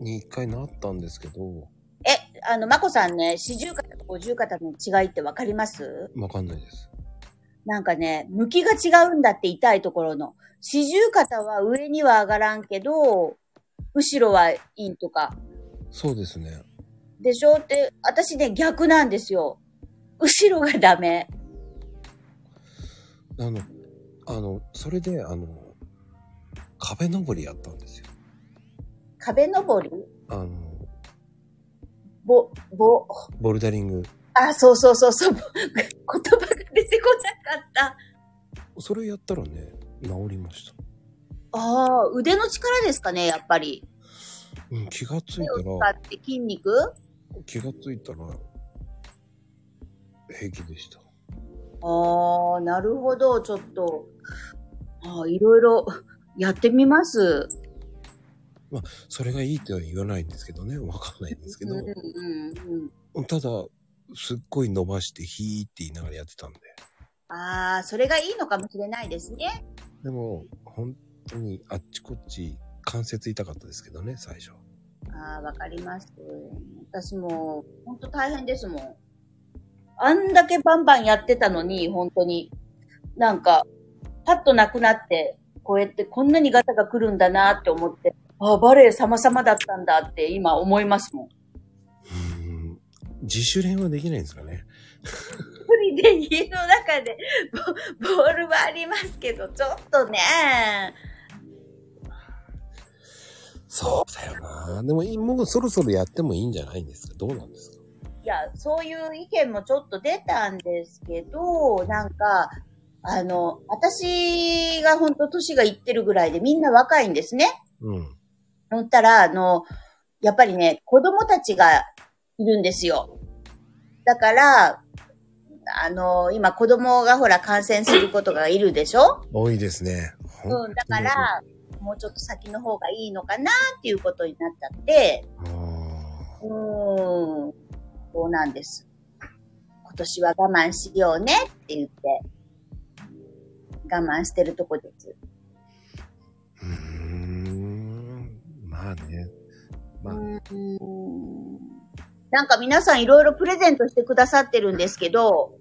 S1: に一回なったんですけど、
S2: え、あの、まこさんね、四十肩と五十肩の違いってわかります
S1: わかんないです。
S2: なんかね、向きが違うんだって痛いところの。四十肩は上には上がらんけど、後ろはいいとか、
S1: そうですね。
S2: でしょって、私ね、逆なんですよ。後ろがダメ。
S1: あの、あの、それで、あの、壁登りやったんですよ。
S2: 壁登り
S1: あの、
S2: ぼ、ぼ、
S1: ボルダリング。
S2: あ、そうそうそう そう。言葉が出てこなかった。
S1: それやったらね、治りました。
S2: ああ、腕の力ですかね、やっぱり。
S1: うん、気がつい
S2: 手を
S1: たら、
S2: 使って筋肉
S1: 気がついたら、平気でした。
S2: ああ、なるほど、ちょっと。ああ、いろいろ やってみます。
S1: それがいいとは言わないんですけどね、わかんないんですけど
S2: うん、うんうん。
S1: ただ、すっごい伸ばして、ヒーって言いながらやってたんで。
S2: ああ、それがいいのかもしれないですね。
S1: でも、本当にあっちこっち関節痛かったですけどね、最初。
S2: ああ、わかります。私も、本当大変ですもん。あんだけバンバンやってたのに、本当に。なんか、パッとなくなって、こうやってこんなにガタが来るんだなって思って、ああ、バレエ様々だったんだって今思いますもん。
S1: うん自主練はできないんですかね。
S2: 無理で家の中でボボールはありますけど、ちょっとね。
S1: そうだよな。でも、いもうそろそろやってもいいんじゃないんですかどうなんですか
S2: いや、そういう意見もちょっと出たんですけど、なんか、あの、私が本当年がいってるぐらいでみんな若いんですね。
S1: うん。
S2: そったら、あの、やっぱりね、子供たちがいるんですよ。だから、あの、今子供がほら感染することがいるでしょ
S1: 多いですね。ほ
S2: うん、だか。ら、もうちょっと先の方がいいのかなっていうことになっちゃって、
S1: あー
S2: うーん、そうなんです。今年は我慢しようねって言って、我慢してるとこです。
S1: うーん。まあね。
S2: う
S1: まあ、
S2: ーん。なんか皆さんいろいろプレゼントしてくださってるんですけど、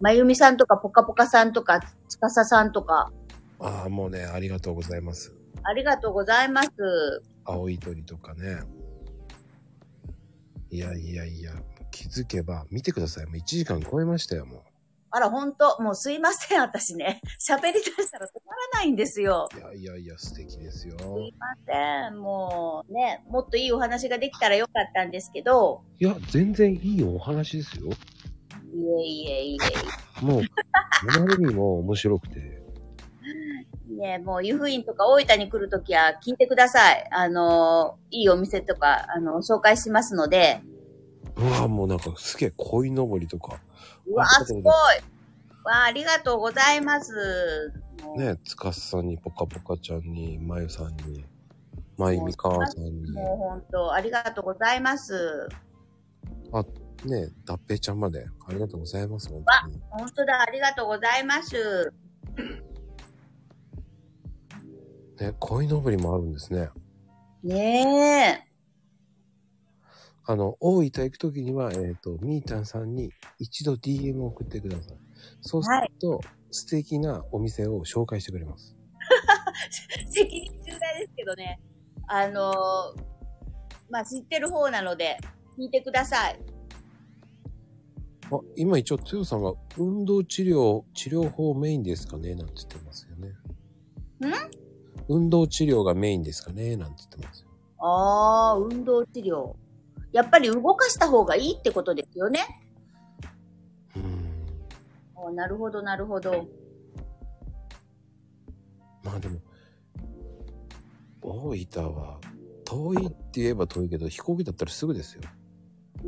S2: まゆみさんとかぽかぽかさんとか、つかささんとか、
S1: ああ、もうね、ありがとうございます。
S2: ありがとうございます。
S1: 青い鳥とかね。いやいやいや、気づけば、見てください。もう1時間超えましたよ、もう。
S2: あら、ほんと、もうすいません、私ね。喋り出したら止まらないんですよ。
S1: いやいやいや、素敵ですよ。
S2: すいません。もうね、もっといいお話ができたらよかったんですけど、
S1: いや、全然いいお話ですよ。
S2: いえいえい
S1: もう、あまりにも面白くて。
S2: えいえ。ね、もう、湯布院とか大分に来るときは聞いてください。あの、いいお店とか、あの、紹介しますので。
S1: うわもうなんかすげえ鯉のぼりとか。
S2: うわ
S1: あ
S2: あ、
S1: りがと
S2: す
S1: うご
S2: ごい。
S1: ざい
S2: わあ、ありがとうございます。もう
S1: ね、つかすさんに、ぽかぽかちゃんに、まゆさんに、まゆみかわさんに、
S2: もう本当、ありがとうございます。
S1: ね、だっぺーちゃんまで。ありがとうございます、本当に。
S2: 本当だ、ありがとうございます。
S1: ね、鯉のぼりもあるんですね。
S2: ねえ。
S1: あの、大分行くときには、えっ、と、みーたんさんに一度 DM を送ってください。そうすると、素敵なお店を紹介してくれます。
S2: 責任重大ですけどね。あのーまあ、知ってる方なので、聞いてください。
S1: あ、今一応、つよさんが運動治療、治療法メインですかねなんて言ってますよね。ん運動治療がメインですかねなんて言ってますよ。
S2: ああ、運動治療。やっぱり動かした方がいいってことですよね。
S1: うーん。
S2: おなるほど、なるほど。
S1: まあでも、大分は、遠いって言えば遠いけど、飛行機だったらすぐですよ。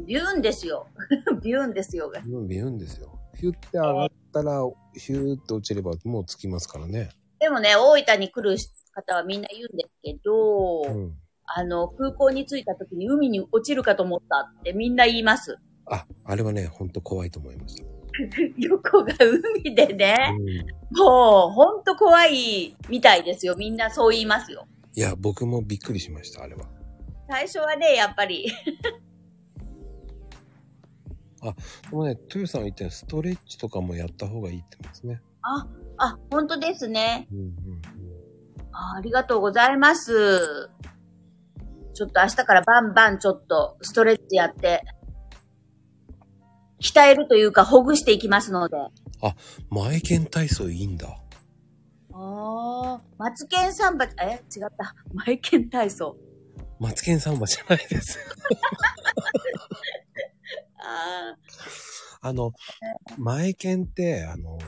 S2: ビューンですよ。 ビューンですよ。が
S1: ビュンですよ。ヒュって上がったら、ヒューって落ちればもう着きますからね。
S2: でもね、大分に来る方はみんな言うんですけど、
S1: うん。
S2: あの、空港に着いた時に海に落ちるかと思ったってみんな言います。
S1: あ、あれはね、ほんと怖いと思いました。
S2: 横が海でね、
S1: うんい
S2: もう、ほんと怖いみたいですよ。みんなそう言いますよ。
S1: や、僕もびっくりしました、あれは。
S2: 最初はね、やっぱり。
S1: でもね、トゥーさんが言ったようにストレッチとかもやった方がいいって言うんですね。
S2: あ、ほんとですね。
S1: うんうん
S2: あありがとうございます。ちょっと明日からバンバンちょっとストレッチやって、鍛えるというかほぐしていきますので。
S1: うん。前剣体操いいんだ。
S2: あああ、マツケンサンバ、え違った。マイケン体操。
S1: マツケンサンバじゃないです。
S2: あ
S1: あの、前剣って、あの、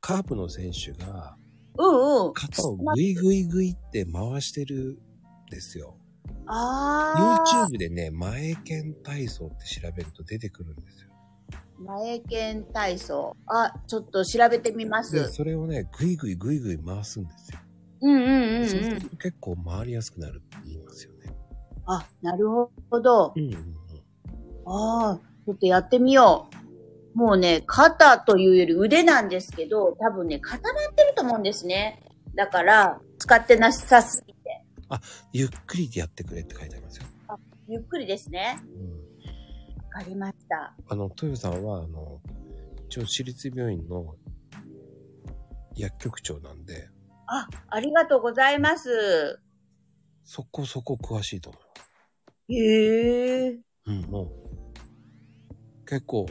S1: カープの選手が、
S2: あ、うんうん。
S1: 肩をグイグイグイって回してるんですよ。
S2: ああ。
S1: YouTube でね、前剣体操って調べると出てくるんですよ。
S2: 前剣体操。あ、ちょっと調べてみま
S1: で、
S2: す。
S1: それをね、グイグイグイグイ回すんですよ。
S2: うんうんうんう
S1: そうする
S2: ん。
S1: と結構回りやすくなるって言いますよね。
S2: あ、なるほど
S1: う。んうんうん。
S2: ああ、ちょっとやってみよう。もうね、肩というより腕なんですけど、多分ね、固まってると思うんですね。だから、使ってなさすぎて。
S1: ゆっくりでやってくれって書いてありますよ。
S2: ゆっくりですね
S1: う。ん。
S2: わかりました。
S1: あの、豊さんは、あの、一応私立病院の薬局長なんで、
S2: あ、ありがとうございます。
S1: そこそこ詳しいと思う。
S2: へえ。
S1: うん、もう、結構、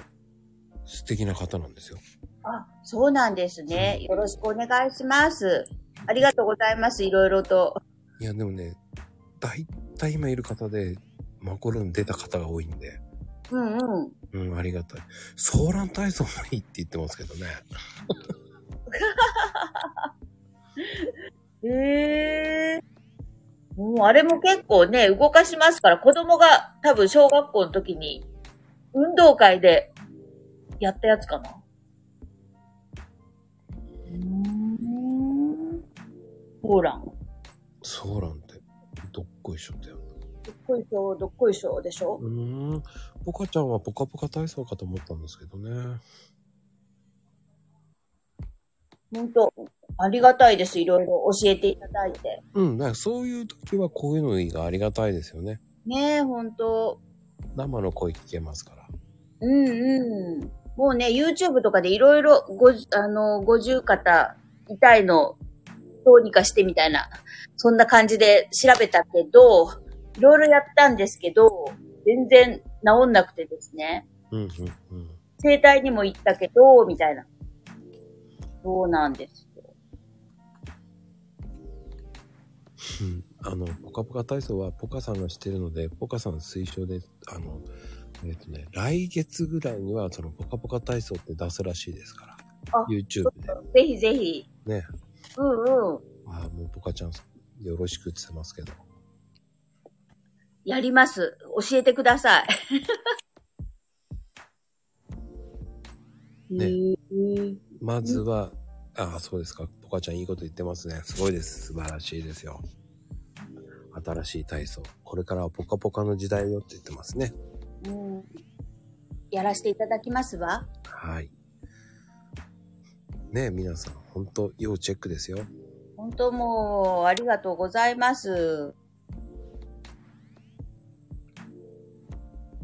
S1: 素敵な方なんですよ。
S2: あ、そうなんですね。よろしくお願いします。ありがとうございます。いろいろと。
S1: いや、でもね、大体今いる方で、マコルーム出た方が多いんで、
S2: うんうん。
S1: うん、ありがたい。ソーラン体操もいいって言ってますけどね。
S2: へえ。もうあれも結構ね、動かしますから、子供が多分小学校の時に運動会でやったやつかな。ほーらん。
S1: ソーランって、どっこいしょってやる。
S2: どっこいしょ、どっこいしょでしょ
S1: うーん、ポカちゃんはポカポカ体操かと思ったんですけどね。
S2: ほんと、ありがたいです。いろいろ教えていただいて。
S1: うん、だからそういう時はこういうのがありがたいですよね。
S2: ねえ、ほんと。
S1: 生の声聞けますから。
S2: うんうん。もうね、YouTube とかでいろいろ、ごじ、あの、五十肩痛いの、どうにかしてみたいな、そんな感じで調べたけど、いろいろやったんですけど、全然治んなくてですね。
S1: うん、うん、うん。
S2: 整体にも行ったけど、みたいな。そうなんですよ。
S1: うん、あの、ポカポカ体操はポカさんがしてるので、ポカさん推奨で、あの、えっとね、来月ぐらいにはそのポカポカ体操って出すらしいですから
S2: あ。
S1: YouTube
S2: ちょっと、ぜひぜひ。
S1: でね。
S2: うんうん。
S1: ああ、もうポカちゃんよろしくって言ってますけど。
S2: やります。教えてください。
S1: ね
S2: へー
S1: まずは、ああ、そうですか。ポカちゃんいいこと言ってますね。すごいです。素晴らしいですよ。新しい体操。これからはポカポカの時代よって言ってますね。
S2: うんやらせていただきますわ。
S1: はい。ねえ、皆さん、本当要チェックですよ。
S2: 本当もう、ありがとうございます。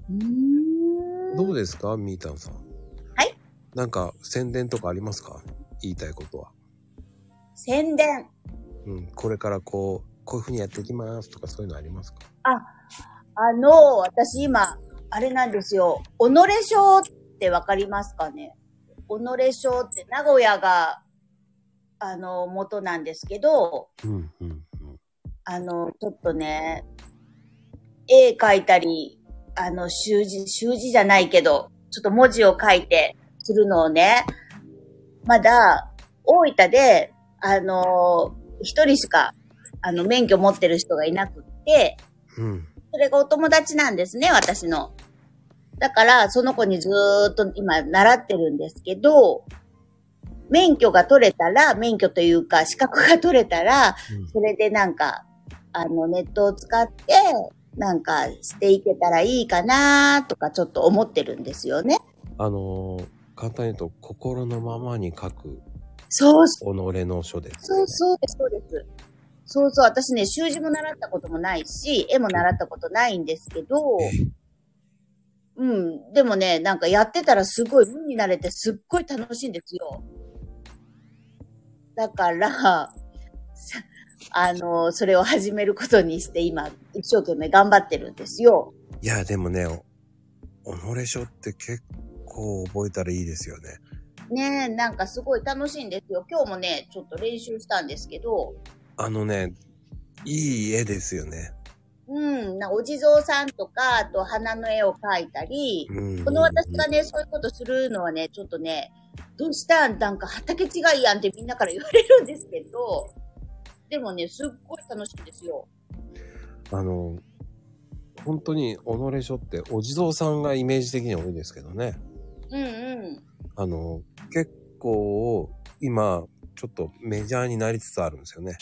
S2: うーん
S1: どうですかみーたんさん。
S2: はい。
S1: なんか宣伝とかありますか言いたいことは。
S2: 宣伝。
S1: うん。これからこう、こういう風にやっていきますとかそういうのありますか
S2: あの、私今、あれなんですよ。己賞ってわかりますかね己賞って名古屋が、あの、元なんですけど、
S1: うん、うん、うん。
S2: あの、ちょっとね、絵描いたり、あの、習字、習字じゃないけど、ちょっと文字を書いてするのをね、まだ、大分で、あの、一人しか、あの、免許持ってる人がいなくって、
S1: うん。
S2: それがお友達なんですね、私の。だから、その子にずーっと今、習ってるんですけど、免許が取れたら、免許というか、資格が取れたら、それでなんか、あの、ネットを使って、なんかしていけたらいいかなとかちょっと思ってるんですよね。
S1: あのー簡単に言うと、心のままに書く、
S2: そうそ
S1: 己の書です、
S2: う、そうです、そうです。そうそう、私ね、習字も習ったこともないし、絵も習ったことないんですけど、うん、でもね、なんかやってたらすごい、文になれてすっごい楽しいんですよ。だから、 さあの、それを始めることにして今、一生懸命頑張ってるんですよ。
S1: いや、でもね、お己書って結構覚えたらいいですよね。
S2: ねえ、なんかすごい楽しいんですよ。今日もね、ちょっと練習したんですけど、
S1: あのね、いい絵ですよね。
S2: うん、なお地蔵さんとか、あと花の絵を描いたり、
S1: うん
S2: この私がね、そういうことするのはね、ちょっとね、どうしたんなんか畑違いやんってみんなから言われるんですけど、でもね、すっごい楽しいんですよ。
S1: あの、本当に、己書って、お地蔵さんがイメージ的に多いんですけどね。
S2: うんうん。
S1: あの、結構、今、ちょっとメジャーになりつつあるんですよね。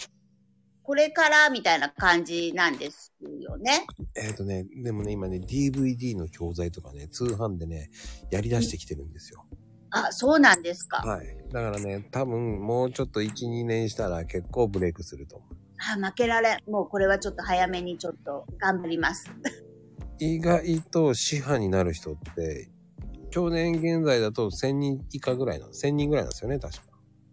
S2: これからみたいな感じなんですよね。
S1: えっ、とね、でもね、今ね、DVD の教材とかね、通販でね、やり出してきてるんですよ。
S2: あ、そうなんですか。
S1: はい。だからね、多分、もうちょっと1、2年したら結構ブレイクすると思う。
S2: あ、負けられん。もうこれはちょっと早めにちょっと頑張ります。
S1: 意外と、師範になる人って、去年現在だと1000人以下ぐらいなの、1000人ぐらいなんですよね、確か。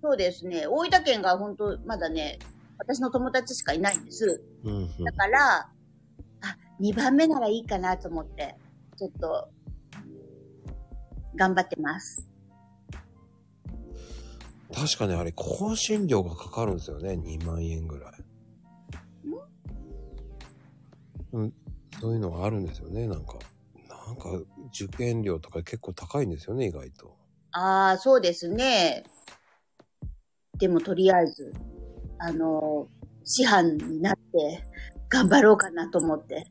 S2: そうですね。大分県が本当まだね、私の友達しかいないんです。
S1: うん、うん。
S2: だから、あ、2番目ならいいかなと思って、ちょっと、頑張ってます。
S1: 確かね、あれ、更新料がかかるんですよね。2万円ぐらい。うん、そういうのがあるんですよね、なんか。なんか、受験料とか結構高いんですよね、意外と。
S2: ああ、そうですね。でもとりあえず、あの、師範になって、頑張ろうかなと思って。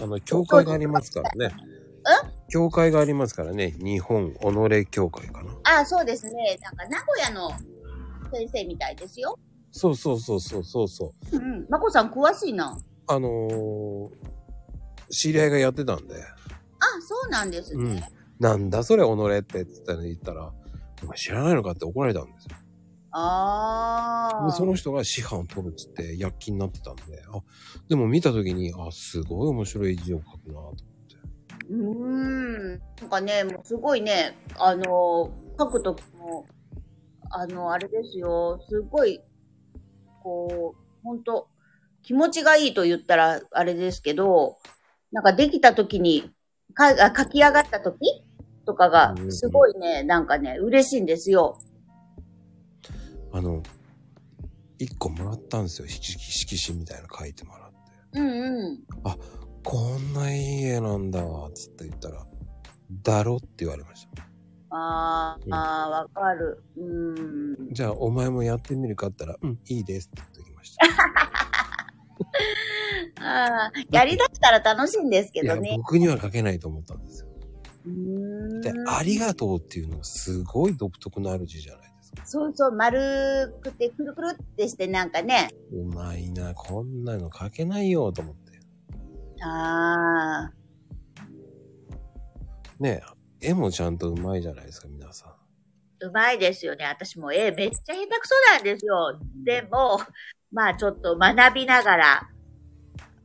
S1: あの、教会がありますからね。教会がありますからね。日本己教会かな。
S2: ああ、そうですね。なんか名古屋の先生みたいですよ。
S1: そうそうそうそうそうそう。
S2: うん。まこさん詳しいな。
S1: あのー、知り合いがやってたんで。
S2: あ、そうなんです
S1: うん
S2: ね。。
S1: なんだそれ、己ってって言ったら、言ったら、お前知らないのかって怒られたんですよ
S2: ああ。
S1: でその人が師範を取るっつって躍起になってたんで、あ、でも見たときに、あ、すごい面白い字を書くなと。
S2: うーん。なんかね、もうすごいね、あの、書くときも、あの、あれですよ、すごい、こう、ほんと、気持ちがいいと言ったらあれですけど、なんかできたときに、かあ書き上がったときとかが、すごいね、なんかね、嬉しいんですよ。
S1: あの、一個もらったんですよ。色色紙みたいなの書いてもらって。
S2: うんうん。
S1: こんないい絵なんだわ、つって言ったら、だろって言われました。
S2: あーあー、わかる。うーん。
S1: じゃあ、お前もやってみるかって言ったら、うん、いいですって言ってきました。
S2: ああ、やりだしたら楽しいんですけ
S1: い
S2: ど
S1: や、
S2: ね。
S1: 僕には書けないと思ったんですよ。
S2: うーん
S1: で、ありがとうっていうのがすごい独特のある字じゃないですか。
S2: そうそう、丸くてくるくるってしてなんかね。
S1: うまいな、こんなの書けないよ、と思って。
S2: ああ、
S1: ねえ、絵もちゃんとうまいじゃないですか、皆さ
S2: うまいですよね。私も絵めっちゃ下手くそなんですよ。でも、まあちょっと学びながら、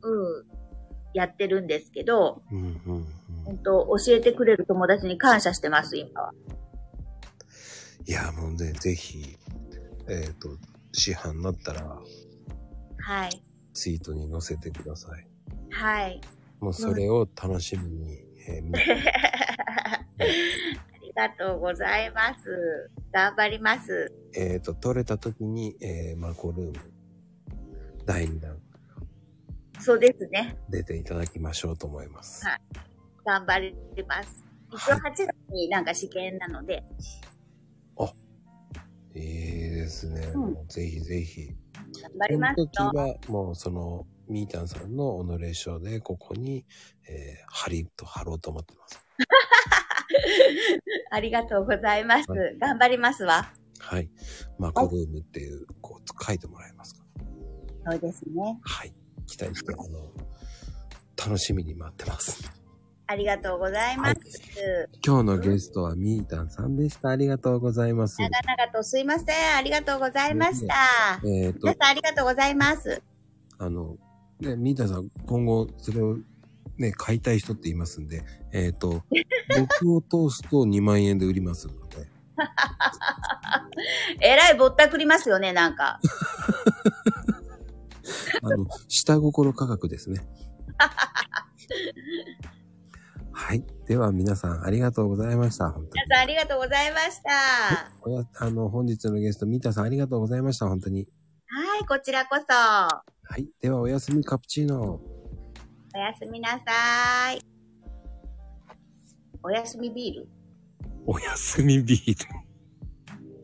S2: うん、やってるんですけど、
S1: ん。うんうんうん。
S2: 本当教えてくれる友達に感謝してます、今は。
S1: いや、もうね、ぜひ、えっ、と、市販になったら、
S2: はい。
S1: ツイートに載せてください。
S2: はい。
S1: もうそれを楽しみに、えー見て
S2: ありがとうございます。頑張ります。
S1: えっと、取れた時に、えーマコルーム、第2弾、
S2: そうですね。
S1: 出ていただきましょうと思います。
S2: はい頑張ります。一応8月になんか試験なので、
S1: いいですね。
S2: うん
S1: もうぜひぜひ。
S2: 頑張り
S1: そ
S2: ま
S1: の
S2: す
S1: 時
S2: と。
S1: は、もうその、みーたんさんの己賞で、ここに、えー、貼りと貼ろうと思ってます。
S2: ありがとうございます
S1: は。
S2: 頑張りますわ。
S1: はい。マコルームっていう、こう、書いてもらえますか
S2: そうですね。
S1: はい。期待して、あの、楽しみに待ってます。
S2: ありがとうございます。
S1: 今日のゲストはみーたんさんでした。ありがとうございます。
S2: 長々とすいません。ありがとうございました。
S1: えっ、
S2: 皆
S1: と、
S2: さんありがとうございます。
S1: あの、ね、みーたんさん、今後、それを、ね、買いたい人って言いますんで、えっ、 と、僕を通すと2万円で売りますので、
S2: えらいぼったくりますよね、なんか。
S1: あの、 下心価格ですね。はい。では皆さんありがとうございました。本当に
S2: 皆さんありがとうございました。は
S1: おやあの、本日のゲスト、ミータさんありがとうございました。本当に。
S2: い、こちらこそ。
S1: はい。では、おやすみカプチーノ。
S2: おやすみなさい。おやすみビール
S1: おやすみビール。